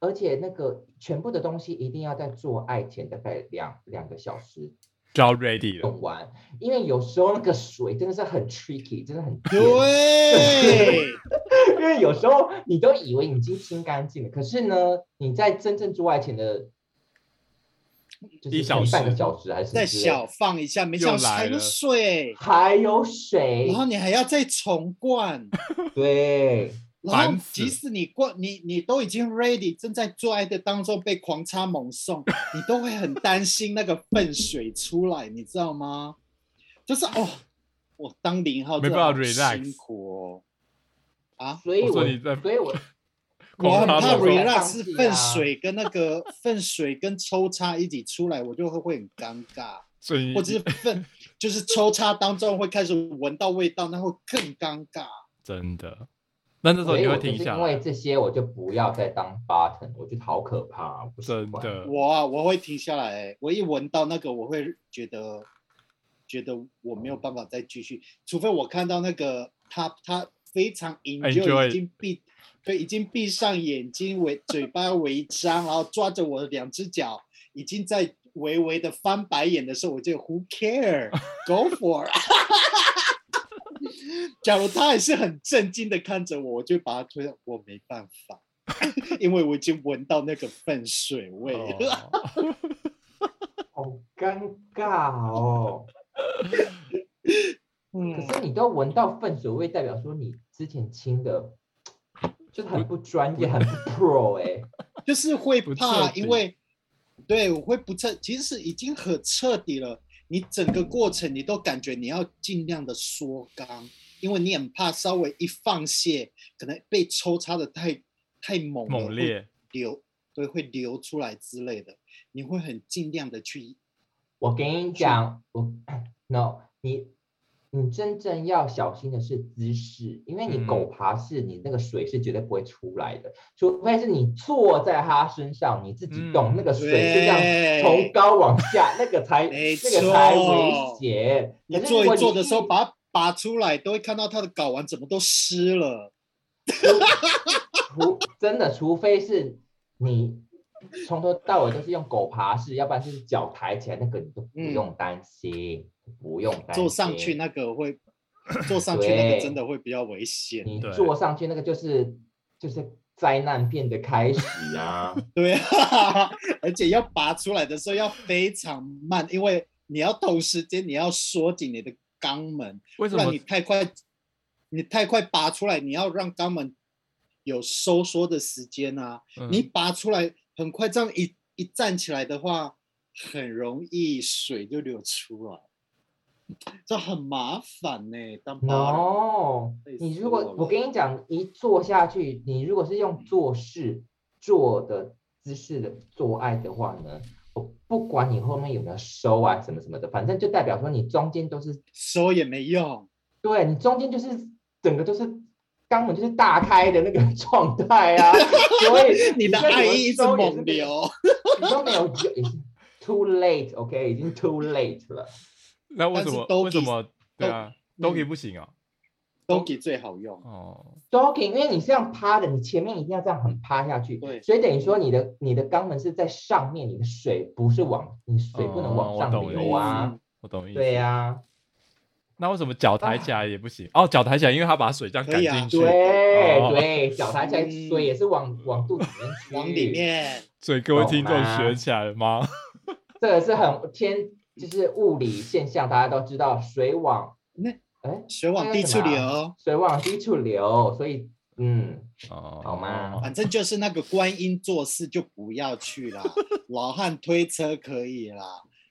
[SPEAKER 1] 而且那个全部的东西一定要在做爱前大概两两个小时
[SPEAKER 3] 就要 ready 了，
[SPEAKER 1] 用完，因为有时候那个水真的是很 tricky，真的很贱
[SPEAKER 2] 对，
[SPEAKER 1] 因为有时候你都以为你已经清干净了，可是呢，你在真正做爱前的，就是
[SPEAKER 3] 一小
[SPEAKER 1] 可能半个
[SPEAKER 3] 时
[SPEAKER 1] 小时还是
[SPEAKER 2] 再
[SPEAKER 1] 之类
[SPEAKER 2] 小放一下，没想
[SPEAKER 3] 又来
[SPEAKER 2] 到还有
[SPEAKER 3] 了
[SPEAKER 2] 水，
[SPEAKER 1] 还有水
[SPEAKER 2] 然，后你还要再重 灌。
[SPEAKER 1] 对，
[SPEAKER 2] 然
[SPEAKER 3] 烦
[SPEAKER 2] 后
[SPEAKER 3] 死
[SPEAKER 2] 即使你过你你都已经 ready，正在做爱的当中被狂插猛 送，你都会很担心那个粪水出来，你知道吗？就是哦，我当零号
[SPEAKER 3] 没
[SPEAKER 2] 真的
[SPEAKER 3] 办
[SPEAKER 2] 好
[SPEAKER 3] 法 relax
[SPEAKER 2] 辛苦哦，啊，
[SPEAKER 1] 所以
[SPEAKER 3] 我
[SPEAKER 1] 我
[SPEAKER 3] 说你在
[SPEAKER 1] 所以我
[SPEAKER 2] 我很
[SPEAKER 3] 狂
[SPEAKER 2] 怕
[SPEAKER 3] 插
[SPEAKER 1] 我
[SPEAKER 3] 猛
[SPEAKER 1] 说
[SPEAKER 2] relax
[SPEAKER 1] 放
[SPEAKER 2] 是
[SPEAKER 1] 屁啊
[SPEAKER 2] 粪水跟那个粪水跟抽插一起出来，我就会会很尴尬，
[SPEAKER 3] 所以
[SPEAKER 2] 或者是粪就是抽插当中会开始闻到味道，那会更尴尬。
[SPEAKER 3] 真的，那那时候
[SPEAKER 1] 所
[SPEAKER 3] 你
[SPEAKER 1] 以
[SPEAKER 3] 会
[SPEAKER 1] 我就
[SPEAKER 3] 停
[SPEAKER 1] 是
[SPEAKER 3] 下
[SPEAKER 1] 因
[SPEAKER 3] 来
[SPEAKER 1] 为，这些我就不要再当 button，我觉得好可怕啊，我不喜
[SPEAKER 3] 真
[SPEAKER 1] 欢
[SPEAKER 3] 的，
[SPEAKER 2] 我啊，我会停下来欸、我一闻到那个，我会觉得觉得我没有办法再继续，除非我看到那个他他非常
[SPEAKER 3] Enjoy
[SPEAKER 2] 已经闭对，已经闭上眼睛，围嘴巴微张，然后抓着我的两只脚，已经在微微的翻白眼的时候，我就 Who care？Go for！it 假如他还是很震惊的看着我，我就把他推到，我没办法，因为我已经闻到那个粪水味了。
[SPEAKER 3] 哦
[SPEAKER 1] 好尴尬哦。可
[SPEAKER 2] 嗯，
[SPEAKER 1] 是你都闻到粪水味，代表说你之前清 的，就是很不专业，很不 pro 哎、
[SPEAKER 2] 就是会
[SPEAKER 3] 不
[SPEAKER 2] 怕，
[SPEAKER 3] 彻底
[SPEAKER 2] 因为对我会不彻，其实已经很彻底了。你整个过程你都感觉你要尽量的缩肛，因为你很怕稍微一放泄，可能被抽插的太太猛了
[SPEAKER 3] 猛，烈，
[SPEAKER 2] 会流对会流出来之类的，你会很尽量的去
[SPEAKER 1] 我跟你讲，我 no，你你真正要小心的是姿势，因为你
[SPEAKER 3] 嗯
[SPEAKER 1] 狗爬式，你那个水是绝对不会出来的，除非是你坐在它身上，你自己动，
[SPEAKER 3] 嗯
[SPEAKER 1] 那个水是这样
[SPEAKER 2] 对
[SPEAKER 1] 从高往下，那个才
[SPEAKER 2] 没
[SPEAKER 1] 那个才危
[SPEAKER 2] 错
[SPEAKER 1] 险。
[SPEAKER 2] 你
[SPEAKER 1] 可是如
[SPEAKER 2] 做
[SPEAKER 1] 果
[SPEAKER 2] 一
[SPEAKER 1] 你
[SPEAKER 2] 做的时候
[SPEAKER 1] 一
[SPEAKER 2] 把它拔出来，都会看到它的睾丸怎么都湿了。
[SPEAKER 1] 除 真的，除非是你从头到尾都是用狗爬式，要不然就是脚抬起来，那个你都不
[SPEAKER 2] 嗯
[SPEAKER 1] 用担心，不用担心。
[SPEAKER 2] 坐上去那个会，坐上去那个真的会比较危险。
[SPEAKER 1] 你
[SPEAKER 3] 对
[SPEAKER 1] 坐上去那个就是就是灾难片的开始 啊！
[SPEAKER 2] 对啊，而且要拔出来的时候要非常慢，因为你要同时间你要缩紧你的肛门，
[SPEAKER 3] 为
[SPEAKER 2] 不
[SPEAKER 3] 什么
[SPEAKER 2] 然你太快，你太快拔出来，你要让肛门有收缩的时间啊。
[SPEAKER 3] 嗯
[SPEAKER 2] 你拔出来很快，这样一一站起来的话，很容易水就流出来，这很麻烦呢、当爸
[SPEAKER 1] 哦
[SPEAKER 2] 爸
[SPEAKER 1] no，
[SPEAKER 2] 累
[SPEAKER 1] 你
[SPEAKER 2] 死
[SPEAKER 1] 如果
[SPEAKER 2] 我
[SPEAKER 1] 我
[SPEAKER 2] 了
[SPEAKER 1] 跟你讲，一坐下去，你如果是用坐式坐的姿势的做爱的话呢，我不管你后面有没有收啊什么什么的，反正就代表说你中间都是
[SPEAKER 2] 收也没用。
[SPEAKER 1] 对你中间就是整个都是肛门就是大开的那个 状态啊，所以
[SPEAKER 2] 你的
[SPEAKER 1] 再怎
[SPEAKER 2] 爱
[SPEAKER 1] 么
[SPEAKER 2] 意一直
[SPEAKER 1] 收也是
[SPEAKER 2] 猛
[SPEAKER 1] 没有
[SPEAKER 2] 流，
[SPEAKER 1] 你都没有用，已经 too late，OK，、已经 too late 了。
[SPEAKER 3] 那为什
[SPEAKER 2] 但是
[SPEAKER 3] 么
[SPEAKER 2] Doki-
[SPEAKER 3] 为什么对啊
[SPEAKER 2] 都嗯
[SPEAKER 3] ，Doki 不行啊？
[SPEAKER 2] 都给最好用。
[SPEAKER 3] 哦，
[SPEAKER 1] Stalking，因为你是这样趴的，你前面一定要这样很趴下去，
[SPEAKER 2] 对
[SPEAKER 1] 所以等于说你的你的肛门是在上面，你的水不是往你水不能
[SPEAKER 3] 哦
[SPEAKER 1] 往
[SPEAKER 3] 我
[SPEAKER 1] 上
[SPEAKER 3] 懂
[SPEAKER 1] 流啊
[SPEAKER 2] 嗯，，
[SPEAKER 3] 我懂意思。
[SPEAKER 1] 对啊呀、
[SPEAKER 3] 那为什么脚抬起来也不行？哦，脚抬起来，因为他把水这样
[SPEAKER 2] 可
[SPEAKER 3] 赶
[SPEAKER 2] 以啊
[SPEAKER 3] 进去，
[SPEAKER 1] 对、
[SPEAKER 3] 哦
[SPEAKER 1] 对，脚抬起来
[SPEAKER 2] 嗯
[SPEAKER 1] 水也是往往肚子里面去，
[SPEAKER 2] 往里，面。
[SPEAKER 3] 所以各位听众
[SPEAKER 1] 懂啦
[SPEAKER 3] 学起来了吗？
[SPEAKER 1] 这个是很天，就是物理现象，大家都知道，水往
[SPEAKER 2] 那
[SPEAKER 1] 哎
[SPEAKER 2] 水往低处
[SPEAKER 1] 那个什
[SPEAKER 2] 流，
[SPEAKER 1] 水往低处流，所以嗯，
[SPEAKER 3] 哦，
[SPEAKER 1] 好吗
[SPEAKER 2] 反正就是那个观音做事就不要去 啦，老汉推车可以啦，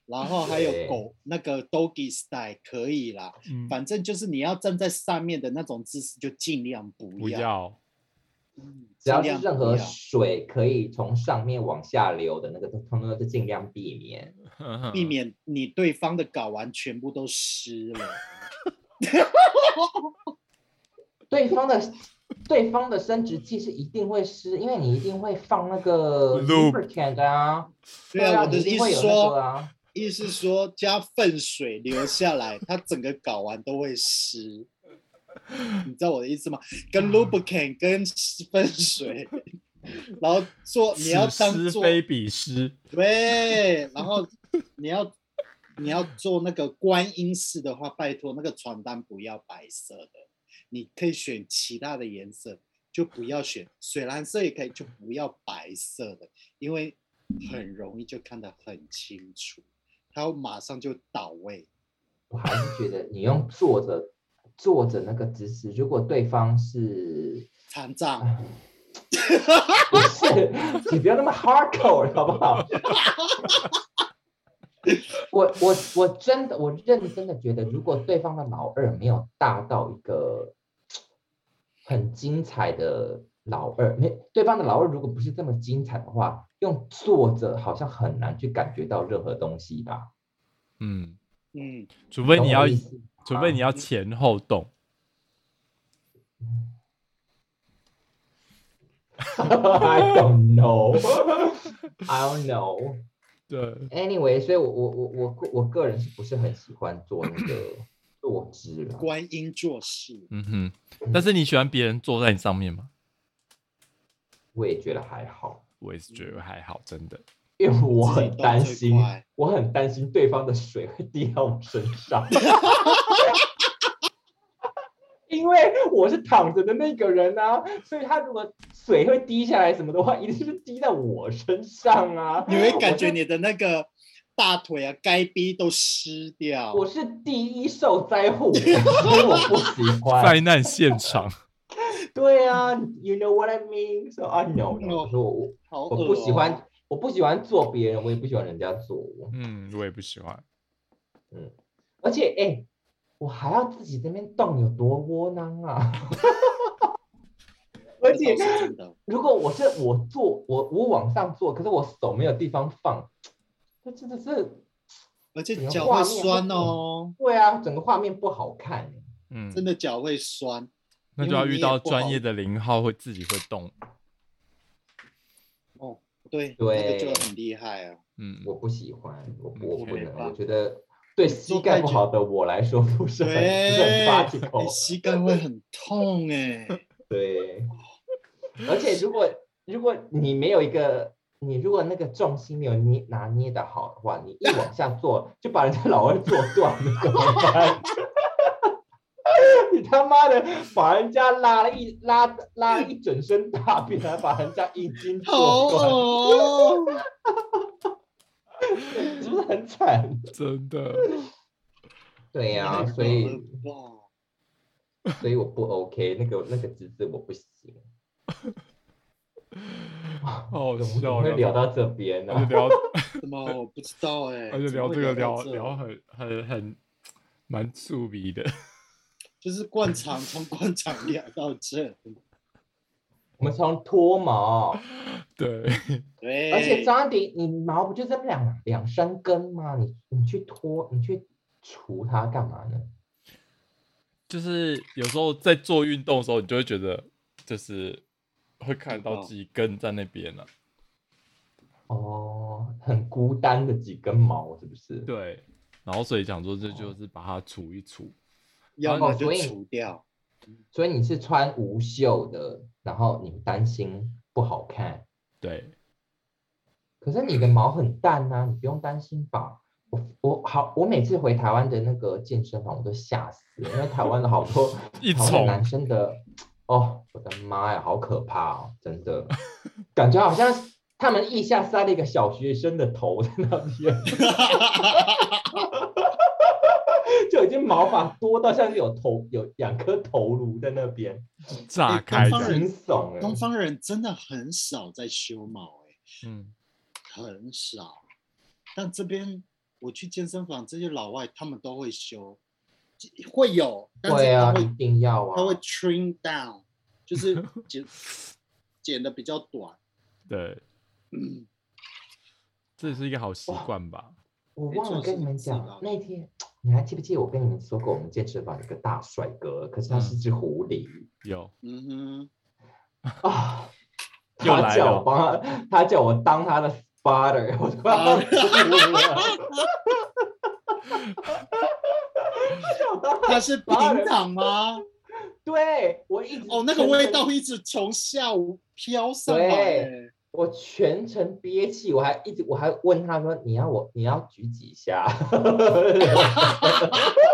[SPEAKER 2] 然后还有
[SPEAKER 1] 对
[SPEAKER 2] 狗那个 doggy style 可以啦，
[SPEAKER 3] 嗯，
[SPEAKER 2] 反正就是你要站在上面的那种姿势就尽量
[SPEAKER 3] 不
[SPEAKER 2] 不要，
[SPEAKER 3] 要，
[SPEAKER 1] 只要
[SPEAKER 2] 尽
[SPEAKER 1] 是
[SPEAKER 2] 量
[SPEAKER 1] 任
[SPEAKER 2] 不
[SPEAKER 1] 何
[SPEAKER 2] 要
[SPEAKER 1] 水可以从上面往下流的那个，都通通都是尽量避免。
[SPEAKER 2] 避免你对方的睾丸全部都湿了。
[SPEAKER 1] 对方的对方的生殖器是一定会湿，因为你一定会放那个
[SPEAKER 3] Lube
[SPEAKER 1] lubricant 啊，
[SPEAKER 2] 对
[SPEAKER 1] 啊，
[SPEAKER 2] 啊，我
[SPEAKER 1] 你
[SPEAKER 2] 的
[SPEAKER 1] 一定
[SPEAKER 2] 意
[SPEAKER 1] 会
[SPEAKER 2] 思
[SPEAKER 1] 有那个
[SPEAKER 2] 说，
[SPEAKER 1] 啊，
[SPEAKER 2] 意思说加粪水流下来，它整个睾丸都会湿。你知道我的意思吗？ 跟 lubricant 跟 粪水，然后做你要
[SPEAKER 3] 此
[SPEAKER 2] 当
[SPEAKER 3] 施
[SPEAKER 2] 做
[SPEAKER 3] 非彼施，
[SPEAKER 2] 对，然后你要你要做那个观音式的话，拜托那个床单不要白色的，你可以选其他的颜色，就不要选水蓝色也可以，就不要白色的，因为很容易就看得很清楚，它马上就倒位。
[SPEAKER 1] 我还是觉得你用坐着坐着那个姿势，如果对方是
[SPEAKER 2] 残障，
[SPEAKER 1] 不是， 你不要那么 hardcore 好不好？我我我真的我认真的觉得，如果对方的老二没有大到一个很精彩的老二，没对方的老二如果不是这么精彩的话，用坐着好像很难去感觉到任何东西吧？
[SPEAKER 3] 嗯，
[SPEAKER 2] 嗯，
[SPEAKER 3] 除非
[SPEAKER 1] 懂
[SPEAKER 3] 你
[SPEAKER 1] 我
[SPEAKER 3] 要
[SPEAKER 1] 的意，思
[SPEAKER 3] 除非你要前后动，
[SPEAKER 1] I don't know, I don't know.
[SPEAKER 3] 对，
[SPEAKER 1] Anyway，所以我我我我个我个人是不是很喜欢做那个坐知了。
[SPEAKER 2] 观音做事，
[SPEAKER 3] 嗯哼，但是你喜欢别人坐在你上面吗？
[SPEAKER 1] 我也觉得还好，
[SPEAKER 3] 我也是觉得还好，真的。
[SPEAKER 1] 因为我
[SPEAKER 2] 自己
[SPEAKER 1] 很
[SPEAKER 2] 动
[SPEAKER 1] 担
[SPEAKER 2] 最
[SPEAKER 1] 心
[SPEAKER 2] 快，
[SPEAKER 1] 我很担心对方的水会滴到我身 上。因为我是躺着的那个人啊，所以他如果水会滴下来什么的话，一定是滴在我身上啊。
[SPEAKER 2] 你会感觉你的那个大腿啊、该逼都湿掉。
[SPEAKER 1] 我是第一受灾户，所以我不喜 欢。
[SPEAKER 3] 灾难现场，
[SPEAKER 1] 对啊，You know what I mean? So I know.
[SPEAKER 2] No
[SPEAKER 1] 我说我
[SPEAKER 2] 好
[SPEAKER 1] 我
[SPEAKER 2] 恶哦
[SPEAKER 1] 不喜欢，我不喜欢做别人，我也不喜欢人家做我。
[SPEAKER 3] 嗯，我也不喜欢。
[SPEAKER 1] 而且，哎、我还要自己这边动，有多窝囊啊！ 而且
[SPEAKER 2] 这，倒是真的，
[SPEAKER 1] 如果我是我做，我我往上做，可是我手没有地方放，那真的是
[SPEAKER 2] 而且
[SPEAKER 1] 你的
[SPEAKER 2] 脚
[SPEAKER 1] 画
[SPEAKER 2] 会
[SPEAKER 1] 面
[SPEAKER 2] 酸
[SPEAKER 1] 会
[SPEAKER 2] 哦，
[SPEAKER 1] 对啊，整个画面不好看。欸
[SPEAKER 3] 嗯，
[SPEAKER 2] 真的脚会酸。
[SPEAKER 3] 那就要遇到专业的零号，会自己会动。
[SPEAKER 2] 哦，对，
[SPEAKER 1] 对
[SPEAKER 2] 那个就很厉害啊。
[SPEAKER 3] 嗯，
[SPEAKER 1] 我不喜欢，我不
[SPEAKER 3] 嗯
[SPEAKER 1] 我不
[SPEAKER 3] 没
[SPEAKER 1] 能，
[SPEAKER 2] 办
[SPEAKER 1] 我
[SPEAKER 2] 法
[SPEAKER 1] 觉得对膝盖不好的我来说不是很不是很
[SPEAKER 2] 对，
[SPEAKER 3] 哦
[SPEAKER 2] 你
[SPEAKER 1] practical。
[SPEAKER 2] 哎膝盖会很痛 哎、
[SPEAKER 1] 对，而且如果如果你没有一个，你如果那个重心没有捏拿捏的好的话，你一往下坐就把人家老二坐断了，怎么办？ 你他妈的把人家拉了一拉拉一整身大便，还把人家阴茎
[SPEAKER 2] 好
[SPEAKER 1] 坐断，
[SPEAKER 2] 恶哦！
[SPEAKER 1] 是不是很惨？
[SPEAKER 3] 真的。
[SPEAKER 1] 对呀、
[SPEAKER 2] 太
[SPEAKER 1] 所以
[SPEAKER 2] 恶了吧
[SPEAKER 1] 所以我不 OK，那个那个姿势我不行。
[SPEAKER 3] 好
[SPEAKER 1] 怎么怎
[SPEAKER 3] 笑哦
[SPEAKER 1] 么会聊到这边呢、
[SPEAKER 3] 而且聊，
[SPEAKER 2] 怎么我不知道哎、
[SPEAKER 3] 而且聊
[SPEAKER 2] 怎
[SPEAKER 3] 这
[SPEAKER 2] 么会
[SPEAKER 3] 个聊
[SPEAKER 2] 到这
[SPEAKER 3] 聊很很很蛮触鼻的。
[SPEAKER 2] 就是灌肠，从灌肠聊到这，
[SPEAKER 1] 我们从脱毛。
[SPEAKER 3] 对，
[SPEAKER 2] 对，
[SPEAKER 1] 而且张安迪，你毛不就这么两两三根吗？你你去脱，你去除它干嘛呢？
[SPEAKER 3] 就是有时候在做运动的时候，你就会觉得就是会看到自己根在那边啊了、
[SPEAKER 1] 哦，很孤单的几根毛是不是？
[SPEAKER 3] 对，然后所以讲说这就是把它除一除。
[SPEAKER 2] 要么就
[SPEAKER 1] 哦所以
[SPEAKER 2] 除掉，
[SPEAKER 1] 所以你是穿无袖的，然后你担心不好看，
[SPEAKER 3] 对，
[SPEAKER 1] 可是你的毛很淡啊呐、你不用担心吧？我我好，我每次回台湾的那个健身房，我都吓死了，因为台湾的好多
[SPEAKER 3] 一
[SPEAKER 1] 台湾
[SPEAKER 3] 丛
[SPEAKER 1] 的男生的，哦，我的妈呀，好可怕哦，真的，感觉好像他们腋下塞了一个小学生的头在那边， 就已经毛发多到像是有头有两颗头颅在那边，
[SPEAKER 3] 炸
[SPEAKER 2] 哎
[SPEAKER 3] 开
[SPEAKER 2] 东方
[SPEAKER 3] 的。嗯
[SPEAKER 2] 人
[SPEAKER 1] 惊悚哎、
[SPEAKER 2] 东方人真的很少在修毛哎、
[SPEAKER 3] 嗯，
[SPEAKER 2] 很少。但这边我去健身房，这些老外他们都会修，会有，但是
[SPEAKER 1] 对啊
[SPEAKER 2] 他，会
[SPEAKER 1] 一定要啊
[SPEAKER 2] 他，会 trim down，就是 剪剪的比较短。
[SPEAKER 3] 对，
[SPEAKER 2] 嗯
[SPEAKER 3] 这也是一个好习惯吧？
[SPEAKER 1] 我
[SPEAKER 2] 没
[SPEAKER 1] 忘
[SPEAKER 2] 错
[SPEAKER 1] 了跟
[SPEAKER 2] 是
[SPEAKER 1] 你们
[SPEAKER 2] 是
[SPEAKER 1] 讲
[SPEAKER 2] 的
[SPEAKER 1] 那天。你还记不记得我跟你们说过，我们健身房有一个大帅哥，可是他是只狐狸
[SPEAKER 3] 有，
[SPEAKER 2] 嗯
[SPEAKER 1] 啊！
[SPEAKER 3] 又
[SPEAKER 1] 他
[SPEAKER 3] 来
[SPEAKER 1] 叫
[SPEAKER 3] 了
[SPEAKER 1] 我帮他，他叫我当他的 spotter，我就 把他
[SPEAKER 2] 啊哼，他是平躺吗？
[SPEAKER 1] 对我一直
[SPEAKER 2] 哦，那个
[SPEAKER 1] 全
[SPEAKER 2] 味
[SPEAKER 1] 程
[SPEAKER 2] 道，一直从下午飘上来欸。
[SPEAKER 1] 我全程憋气，我还一直我还问他说：“你要我你要举几下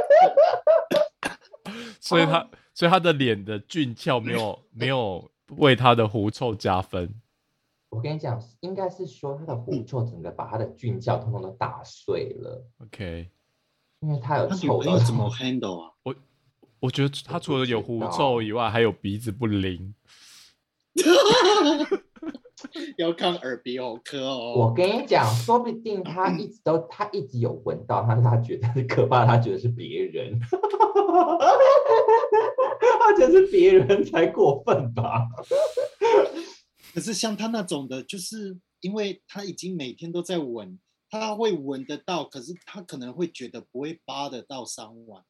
[SPEAKER 3] 所以
[SPEAKER 2] 哦
[SPEAKER 3] 他所以他的脸的俊俏 没有没有为他的狐臭加分。？”
[SPEAKER 1] 我跟你讲，应该是说他的
[SPEAKER 2] 嗯
[SPEAKER 1] 狐臭整个把他的俊俏通通都打碎了，
[SPEAKER 3] OK，
[SPEAKER 1] 因为他有
[SPEAKER 2] 他女
[SPEAKER 1] 臭
[SPEAKER 2] 朋
[SPEAKER 1] 到
[SPEAKER 2] 友怎么 handle 啊？
[SPEAKER 3] 我觉得他除了有狐臭以外，还有鼻子不灵。
[SPEAKER 2] 要看耳鼻喉科哦
[SPEAKER 1] 我。跟你讲，说不定他一直都，他一直有闻到，他他觉得是可怕，他觉得是别人， 他觉得是别人才过分吧？
[SPEAKER 2] 可是像他那种的，就是因为他已经每天都在闻，他会闻得到，可是他可能会觉得不会扒得到伤完，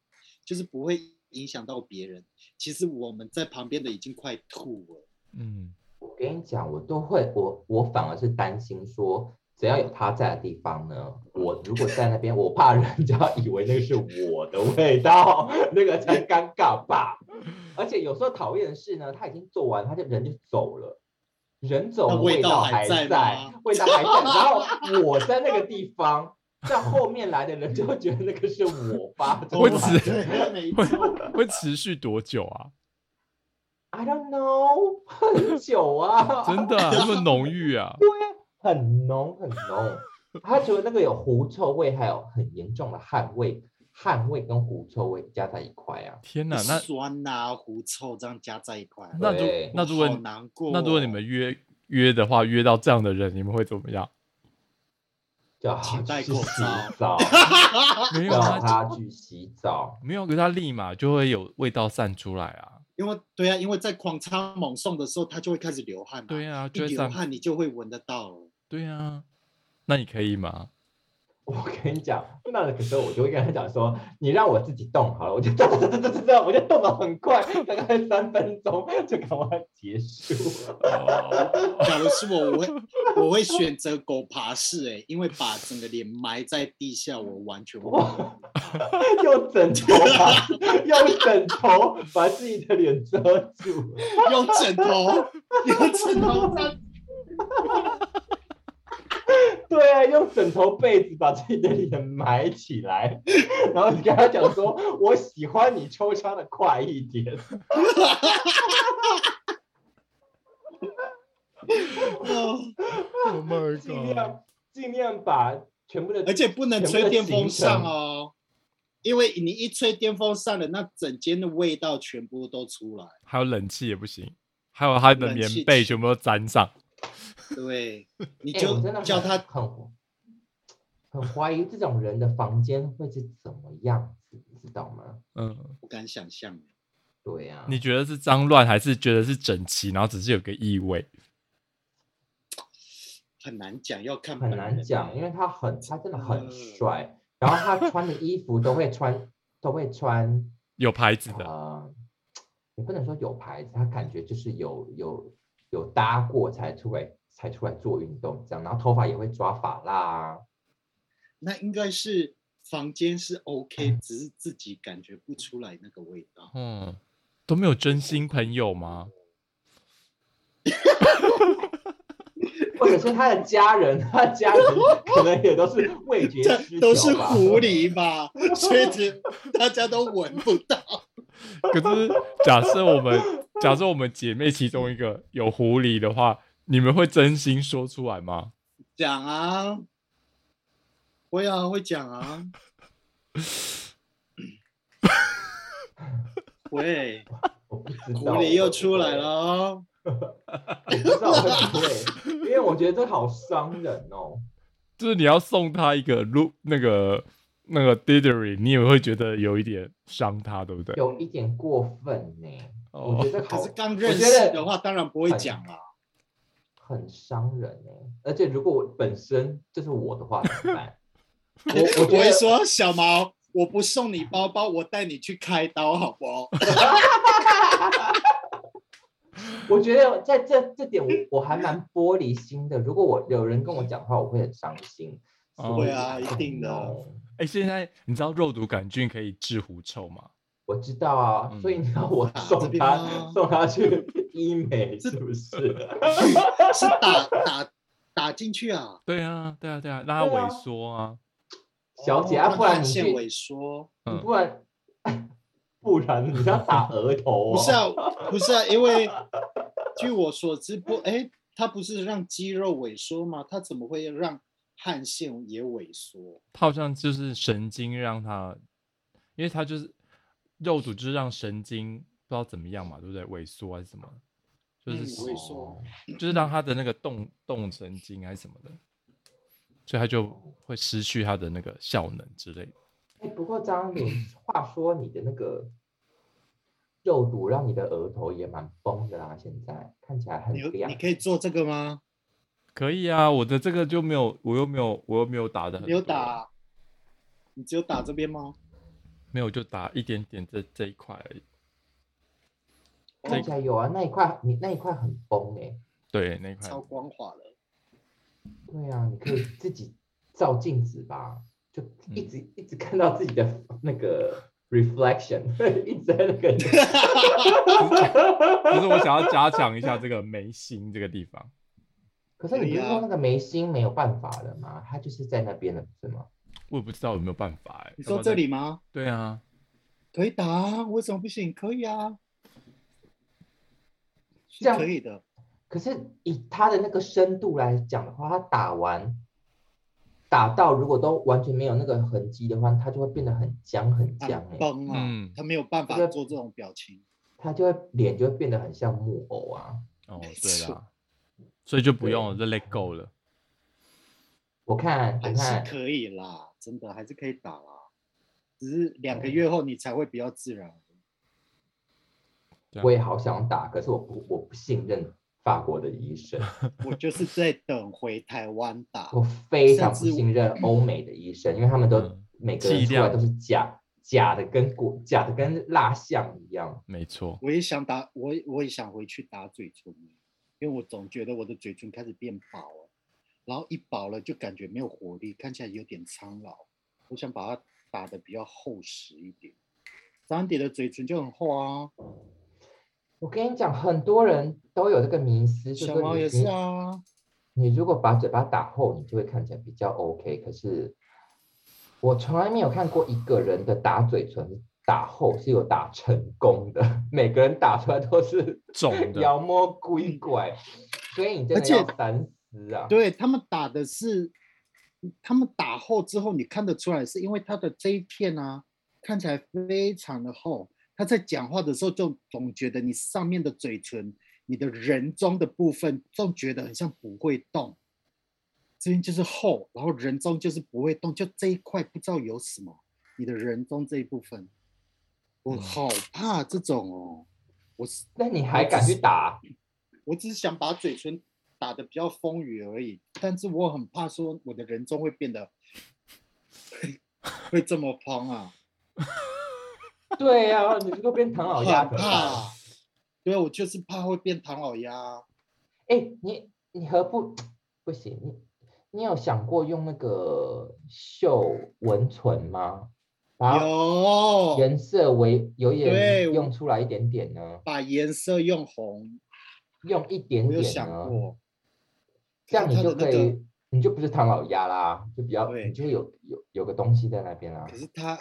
[SPEAKER 2] 就是不会影响到别人。其实我们在旁边的已经快吐了。
[SPEAKER 3] 嗯，
[SPEAKER 1] 我跟你讲，我都会，我我反而是担心说，怎样有他在的地方呢？我如果在那边，我怕人家 以为那个是我的味道，那个才尴尬吧。而且有时候讨厌的是呢，他已经做完，他就人就走了，人走
[SPEAKER 2] 那
[SPEAKER 1] 了，
[SPEAKER 2] 味
[SPEAKER 1] 味
[SPEAKER 2] 道
[SPEAKER 1] 道
[SPEAKER 2] 还
[SPEAKER 1] 还
[SPEAKER 2] 在
[SPEAKER 1] 在
[SPEAKER 2] 吗，
[SPEAKER 1] 味道还在。然后我在那个地方，但后面来的人就会觉得那个是我发出
[SPEAKER 3] 我
[SPEAKER 1] 来
[SPEAKER 3] 只
[SPEAKER 1] 的。
[SPEAKER 2] 没
[SPEAKER 3] 会
[SPEAKER 2] 错，
[SPEAKER 3] 会持续多久啊？
[SPEAKER 1] I don't know，很久啊，
[SPEAKER 3] 真的、 啊、这么浓郁啊？
[SPEAKER 1] 很浓很浓。它除了那个有狐臭味，还有很严重的汗味，汗味跟狐臭味加在一块啊。
[SPEAKER 3] 天哪，那
[SPEAKER 2] 酸呐、狐臭这样加在一块，
[SPEAKER 3] 那如
[SPEAKER 1] 对
[SPEAKER 3] 那如果
[SPEAKER 2] 我好难过哦，
[SPEAKER 3] 那如果你们约约的话，约到这样的人，你们会怎么样？
[SPEAKER 1] 叫他
[SPEAKER 2] 请戴
[SPEAKER 1] 去
[SPEAKER 2] 口
[SPEAKER 1] 洗
[SPEAKER 2] 罩
[SPEAKER 1] 澡，
[SPEAKER 3] 没有
[SPEAKER 1] 叫
[SPEAKER 3] 啊，
[SPEAKER 1] 他去洗澡。
[SPEAKER 3] 没有，可是他立马就会有味道散出来啊。
[SPEAKER 2] 因为对啊，因为在狂插猛送的时候，他就会开始流汗、啊，
[SPEAKER 3] 对啊，
[SPEAKER 2] 一
[SPEAKER 3] 就会
[SPEAKER 2] 流
[SPEAKER 3] 散。
[SPEAKER 2] 汗你就会闻得到了。
[SPEAKER 3] 对啊，那你可以吗？
[SPEAKER 1] 我跟你讲，那个时候我就会跟他讲说，你让我自己动好了，我就哒哒哒哒哒哒，我就动得很快，大概三分钟就赶快结束了。
[SPEAKER 3] 哦
[SPEAKER 2] 假如是我，我会我会选择狗爬式、欸，哎，因为把整个脸埋在地下，我完全无法
[SPEAKER 1] 哇，用枕头把用枕头把自己的脸遮住。
[SPEAKER 2] 用枕头，用枕头在
[SPEAKER 1] 对啊，用枕头被子把自己的脸埋起来，然后你跟他讲说：“我喜欢你抽插的快一点。
[SPEAKER 2] 哦，
[SPEAKER 3] Oh my ”
[SPEAKER 1] 尽
[SPEAKER 3] god！
[SPEAKER 1] 量尽量把全部的，
[SPEAKER 2] 而且不能吹电风扇哦，因为你一吹电风扇了，那整间的味道全部都出来。
[SPEAKER 3] 还有冷气也不行，还有他的
[SPEAKER 2] 冷
[SPEAKER 3] 棉
[SPEAKER 2] 气
[SPEAKER 3] 被全部都沾上。
[SPEAKER 2] 对，你
[SPEAKER 1] 哎
[SPEAKER 2] 就
[SPEAKER 1] 我真的很
[SPEAKER 2] 叫他
[SPEAKER 1] 很很怀疑这种人的房间会是怎么样子，你知道吗？
[SPEAKER 3] 嗯，
[SPEAKER 2] 不敢想象，
[SPEAKER 1] 对呀、啊，
[SPEAKER 3] 你觉得是脏乱，还是觉得是整齐，然后只是有个异味？
[SPEAKER 2] 很难讲，要看
[SPEAKER 1] 很
[SPEAKER 2] 本
[SPEAKER 1] 难
[SPEAKER 2] 人
[SPEAKER 1] 讲，因为他很他真的很
[SPEAKER 2] 嗯
[SPEAKER 1] 帅，然后他穿的衣服都会穿都会穿
[SPEAKER 3] 有牌子的，
[SPEAKER 1] 呃，也不能说有牌子，他感觉就是有有有搭过才出来才出来做运动这样，然后头发也会抓发蜡啊，
[SPEAKER 2] 那应该是房间是 OK，只是自己感觉不出来那个味道。
[SPEAKER 3] 嗯，都没有真心朋友吗？
[SPEAKER 1] 或者是他的家人，他的家人可能也都是味觉失
[SPEAKER 2] 这都是
[SPEAKER 1] 调吧
[SPEAKER 2] 狐狸吧，所以只大家都闻不到。
[SPEAKER 3] 可是假设我们 假设我们姐妹其中一个有狐狸的话，你们会真心说出来吗？
[SPEAKER 2] 讲啊，会啊，会 讲啊，会，
[SPEAKER 1] 我不知道
[SPEAKER 2] 狐狸又
[SPEAKER 1] 会不
[SPEAKER 2] 出来
[SPEAKER 1] 会
[SPEAKER 2] 了，哦。
[SPEAKER 1] 我不知道会不会，因为我觉得这好伤人哦。
[SPEAKER 3] 就是你要送她一个 look 那个那个 diddery，你也会觉得有一点伤她，对不对？
[SPEAKER 1] 有一点过分呢、
[SPEAKER 3] 哦
[SPEAKER 1] 我觉得好
[SPEAKER 2] 可是刚认
[SPEAKER 1] 我觉
[SPEAKER 2] 识
[SPEAKER 1] 得
[SPEAKER 2] 的话，当然不会讲啊啦。
[SPEAKER 1] 很伤人呢、而且如果我本身就是我的话怎么办？ 我我
[SPEAKER 2] 我
[SPEAKER 1] 觉
[SPEAKER 2] 会
[SPEAKER 1] 得
[SPEAKER 2] 说小毛，我不送你包包，我带你去开刀，好 不好？
[SPEAKER 1] 我觉得在这这点我我还蛮玻璃心的。如果我有人跟我讲话，我会很伤心。
[SPEAKER 3] 哦
[SPEAKER 1] 所以
[SPEAKER 3] 会
[SPEAKER 2] 啊
[SPEAKER 1] 哎
[SPEAKER 2] 一定的
[SPEAKER 1] 呦
[SPEAKER 3] 哎、现在你知道肉毒杆菌可以治狐臭吗？
[SPEAKER 1] 我知道啊，所以你要我
[SPEAKER 2] 啊哦这
[SPEAKER 1] 送
[SPEAKER 2] 边
[SPEAKER 1] 他、
[SPEAKER 2] 吗
[SPEAKER 1] 送他去医 美，是不是？
[SPEAKER 2] 是打打打进去啊，
[SPEAKER 3] 对啊，对啊，对啊，让它
[SPEAKER 1] 对啊
[SPEAKER 3] 萎缩啊。
[SPEAKER 1] 小姐
[SPEAKER 2] 哦
[SPEAKER 1] 啊，不然
[SPEAKER 2] 汗
[SPEAKER 1] 你
[SPEAKER 2] 腺
[SPEAKER 1] 去，
[SPEAKER 2] 萎缩。
[SPEAKER 1] 你
[SPEAKER 3] 嗯
[SPEAKER 1] 不然 不然你要打额头、哦？
[SPEAKER 2] 不是啊，不是啊，因为据我所知，不，哎，它不是让肌肉萎缩吗？它怎么会让汗腺也萎缩？
[SPEAKER 3] 它好像就是神经让它，因为它就是肉毒，就是让神经不知道怎么样嘛，对不对？萎缩还是什么？就是
[SPEAKER 2] 嗯
[SPEAKER 3] 使、
[SPEAKER 2] 萎
[SPEAKER 1] 哦
[SPEAKER 2] 缩
[SPEAKER 3] 就是让它的那个动动神经还是什么的，所以它就会失去它的那个效能之类的。
[SPEAKER 1] 哎，不过张玲，话说你的那个肉毒让你的额头也蛮崩的啦，现在看起来很
[SPEAKER 2] 你有
[SPEAKER 1] 亮
[SPEAKER 2] 你。可以做这个吗？
[SPEAKER 3] 可以啊，我的这个就没有，我又没有，我又没有打的，
[SPEAKER 2] 你有，
[SPEAKER 1] 嗯啊
[SPEAKER 2] 打？你只有打这边吗？
[SPEAKER 3] 没有就打一点点这这一块而已。
[SPEAKER 1] 看起来有啊，那一块你那一块很崩哎、
[SPEAKER 3] 对，那一块
[SPEAKER 2] 超光滑了。
[SPEAKER 1] 对啊，你可以自己照镜子吧，就一直、一直看到自己的那个 reflection，一 直在那个
[SPEAKER 3] 可是我想要加强一下这个眉心这个地方。
[SPEAKER 1] 可是你不是说那个眉心没有办法了吗？它就是在那边的，不是吗？
[SPEAKER 3] 我也不知道有没有办法哎、
[SPEAKER 2] 你
[SPEAKER 3] 要
[SPEAKER 2] 说
[SPEAKER 3] 不要
[SPEAKER 2] 这
[SPEAKER 3] 再？
[SPEAKER 2] 里吗？
[SPEAKER 3] 对啊，
[SPEAKER 2] 可以打啊，为什么不行？可以啊，是
[SPEAKER 1] 这样
[SPEAKER 2] 可以的。
[SPEAKER 1] 可是以它的那个深度来讲的话，它打完打到如果都完全没有那个痕迹的话，它就会变得很僵很
[SPEAKER 2] 很
[SPEAKER 1] 僵、欸，
[SPEAKER 2] 崩啊，
[SPEAKER 3] 嗯
[SPEAKER 2] 他没有办法
[SPEAKER 1] 这个
[SPEAKER 2] 做这种表情。
[SPEAKER 1] 它就会脸就会变得很像木偶啊。
[SPEAKER 3] 哦
[SPEAKER 2] 没
[SPEAKER 3] 对
[SPEAKER 2] 错
[SPEAKER 3] 啦，所以就不用了，就 let go 了。
[SPEAKER 1] 我看我
[SPEAKER 2] 还是
[SPEAKER 1] 看，
[SPEAKER 2] 可以啦，真的还是可以打啦，只是两
[SPEAKER 1] 嗯
[SPEAKER 2] 个月后你才会比较自然。
[SPEAKER 3] 这样
[SPEAKER 1] 我也好想打，可是我不我不信任法国的医 生，
[SPEAKER 2] 我就是在等回台湾打，
[SPEAKER 1] 我非常不
[SPEAKER 2] 甚至
[SPEAKER 1] 信任欧美的医生，因为他们都、
[SPEAKER 3] 嗯
[SPEAKER 1] 每个人
[SPEAKER 3] 剂
[SPEAKER 1] 出来
[SPEAKER 3] 量
[SPEAKER 1] 都是假假的跟果假的跟蜡像一样。
[SPEAKER 3] 没错，
[SPEAKER 2] 我也想打，我也我也想回去打嘴唇，因为我总觉得我的嘴唇开始变薄了，然后一薄了就感觉没有活力，看起来有点苍老。我想把它打得比较厚实一点。张迪的嘴唇就很厚啊，
[SPEAKER 1] 哦我跟你讲，很多人都有这个迷思，就
[SPEAKER 2] 小
[SPEAKER 1] 说
[SPEAKER 2] 毛
[SPEAKER 1] 你
[SPEAKER 2] 也是啊，
[SPEAKER 1] 你如果把嘴巴打厚，你就会看起来比较 OK。可是我从来没有看过一个人的打嘴唇打厚是有打成功的， 每个人打出来都是
[SPEAKER 3] 肿的
[SPEAKER 1] 妖魔鬼怪，所以你真
[SPEAKER 2] 而
[SPEAKER 1] 的
[SPEAKER 2] 且
[SPEAKER 1] 要三思啊！
[SPEAKER 2] 对他们打的是，他们打厚之后，你看得出来，是因为他的这一片啊，看起来非常的厚。他在讲话的时候，就总觉得你上面的嘴唇，你的人中的部分，总觉得很像不会动。这边就是厚，然后人中就是不会动，就这一块不知道有什么，你的人中这一部分，我
[SPEAKER 3] 嗯
[SPEAKER 2] 好怕这种哦。我是
[SPEAKER 1] 那你还敢去打？
[SPEAKER 2] 我只是想把嘴唇打得比较丰腴而已，但是我很怕说我的人中会变得会这么胖啊，
[SPEAKER 1] 对呀、啊，你如果变唐老鸭
[SPEAKER 2] 很
[SPEAKER 1] 怎 么办？
[SPEAKER 2] 怕啊。对，我就是怕会变唐老鸭啊。
[SPEAKER 1] 哎、你你何不不行？你你有想过用那个绣纹唇吗？把它
[SPEAKER 2] 有
[SPEAKER 1] 颜色为有
[SPEAKER 2] 对
[SPEAKER 1] 点
[SPEAKER 2] 我
[SPEAKER 1] 用出来一点点呢，
[SPEAKER 2] 把颜色用红，
[SPEAKER 1] 用一点
[SPEAKER 2] 我有
[SPEAKER 1] 点
[SPEAKER 2] 想
[SPEAKER 1] 呢，
[SPEAKER 2] 过，
[SPEAKER 1] 这样
[SPEAKER 2] 可是
[SPEAKER 1] 你
[SPEAKER 2] 它
[SPEAKER 1] 就
[SPEAKER 2] 的那
[SPEAKER 1] 可
[SPEAKER 2] 个
[SPEAKER 1] 以，你就不是唐老鸭啦，就比较
[SPEAKER 2] 对
[SPEAKER 1] 你就会有有有个东西在那边啦啊
[SPEAKER 2] 可。是它，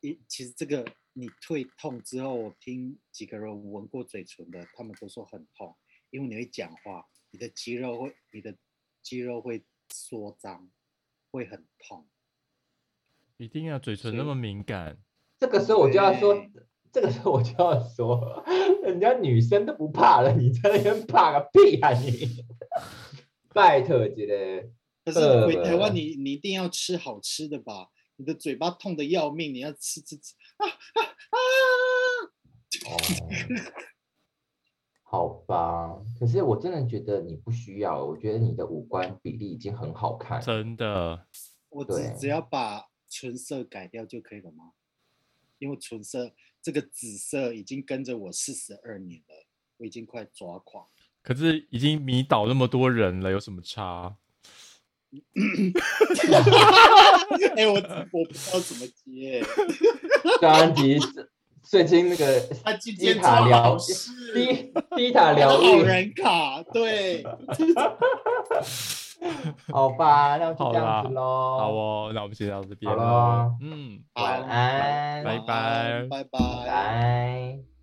[SPEAKER 2] 一其实这个你退痛之后，我听几个人闻过嘴唇的，他们都说很痛，因为你会讲话，你的肌肉会，你的肌肉会缩张，会很痛。
[SPEAKER 3] 一定啊，嘴唇那
[SPEAKER 2] 所以
[SPEAKER 3] 么敏感，
[SPEAKER 1] 这个时候我就要说
[SPEAKER 2] 对，
[SPEAKER 1] 这个时候我就要说，人家女生都不怕了，你在那边怕个屁啊你！ 拜托姐嘞，
[SPEAKER 2] 可是
[SPEAKER 1] 呃
[SPEAKER 2] 回台湾你，你一定要吃好吃的吧？你的嘴巴痛的要命，你要吃吃吃啊啊啊！
[SPEAKER 1] 哦，好吧，可是我真的觉得你不需要，我觉得你的五官比例已经很好看了。
[SPEAKER 3] 真的
[SPEAKER 2] 我
[SPEAKER 1] 对
[SPEAKER 2] 只只要把唇色改掉就可以了吗？因为唇色这个紫色已经跟着我四十二年了，我已经快抓狂。
[SPEAKER 3] 可是已经迷倒那么多人了，有什么差？
[SPEAKER 2] 哎、我我不知道怎么接、
[SPEAKER 1] 刚刚迪最近那个
[SPEAKER 2] 他今
[SPEAKER 1] 低
[SPEAKER 2] 天
[SPEAKER 1] 塔
[SPEAKER 2] 抓
[SPEAKER 1] 疗
[SPEAKER 2] 老师，
[SPEAKER 1] 低低塔
[SPEAKER 2] 他的
[SPEAKER 1] 疗
[SPEAKER 2] 好
[SPEAKER 1] 愈，
[SPEAKER 2] 人卡，对，
[SPEAKER 1] 好吧，那就
[SPEAKER 3] 好
[SPEAKER 1] 这样子
[SPEAKER 3] 啦
[SPEAKER 1] 喽。
[SPEAKER 3] 好
[SPEAKER 1] 好
[SPEAKER 3] 哦，那我们先到这边
[SPEAKER 1] 好
[SPEAKER 3] 咯
[SPEAKER 1] 咯
[SPEAKER 3] 嗯，
[SPEAKER 2] 好
[SPEAKER 1] 晚安，
[SPEAKER 3] 拜拜
[SPEAKER 2] 拜
[SPEAKER 1] 拜。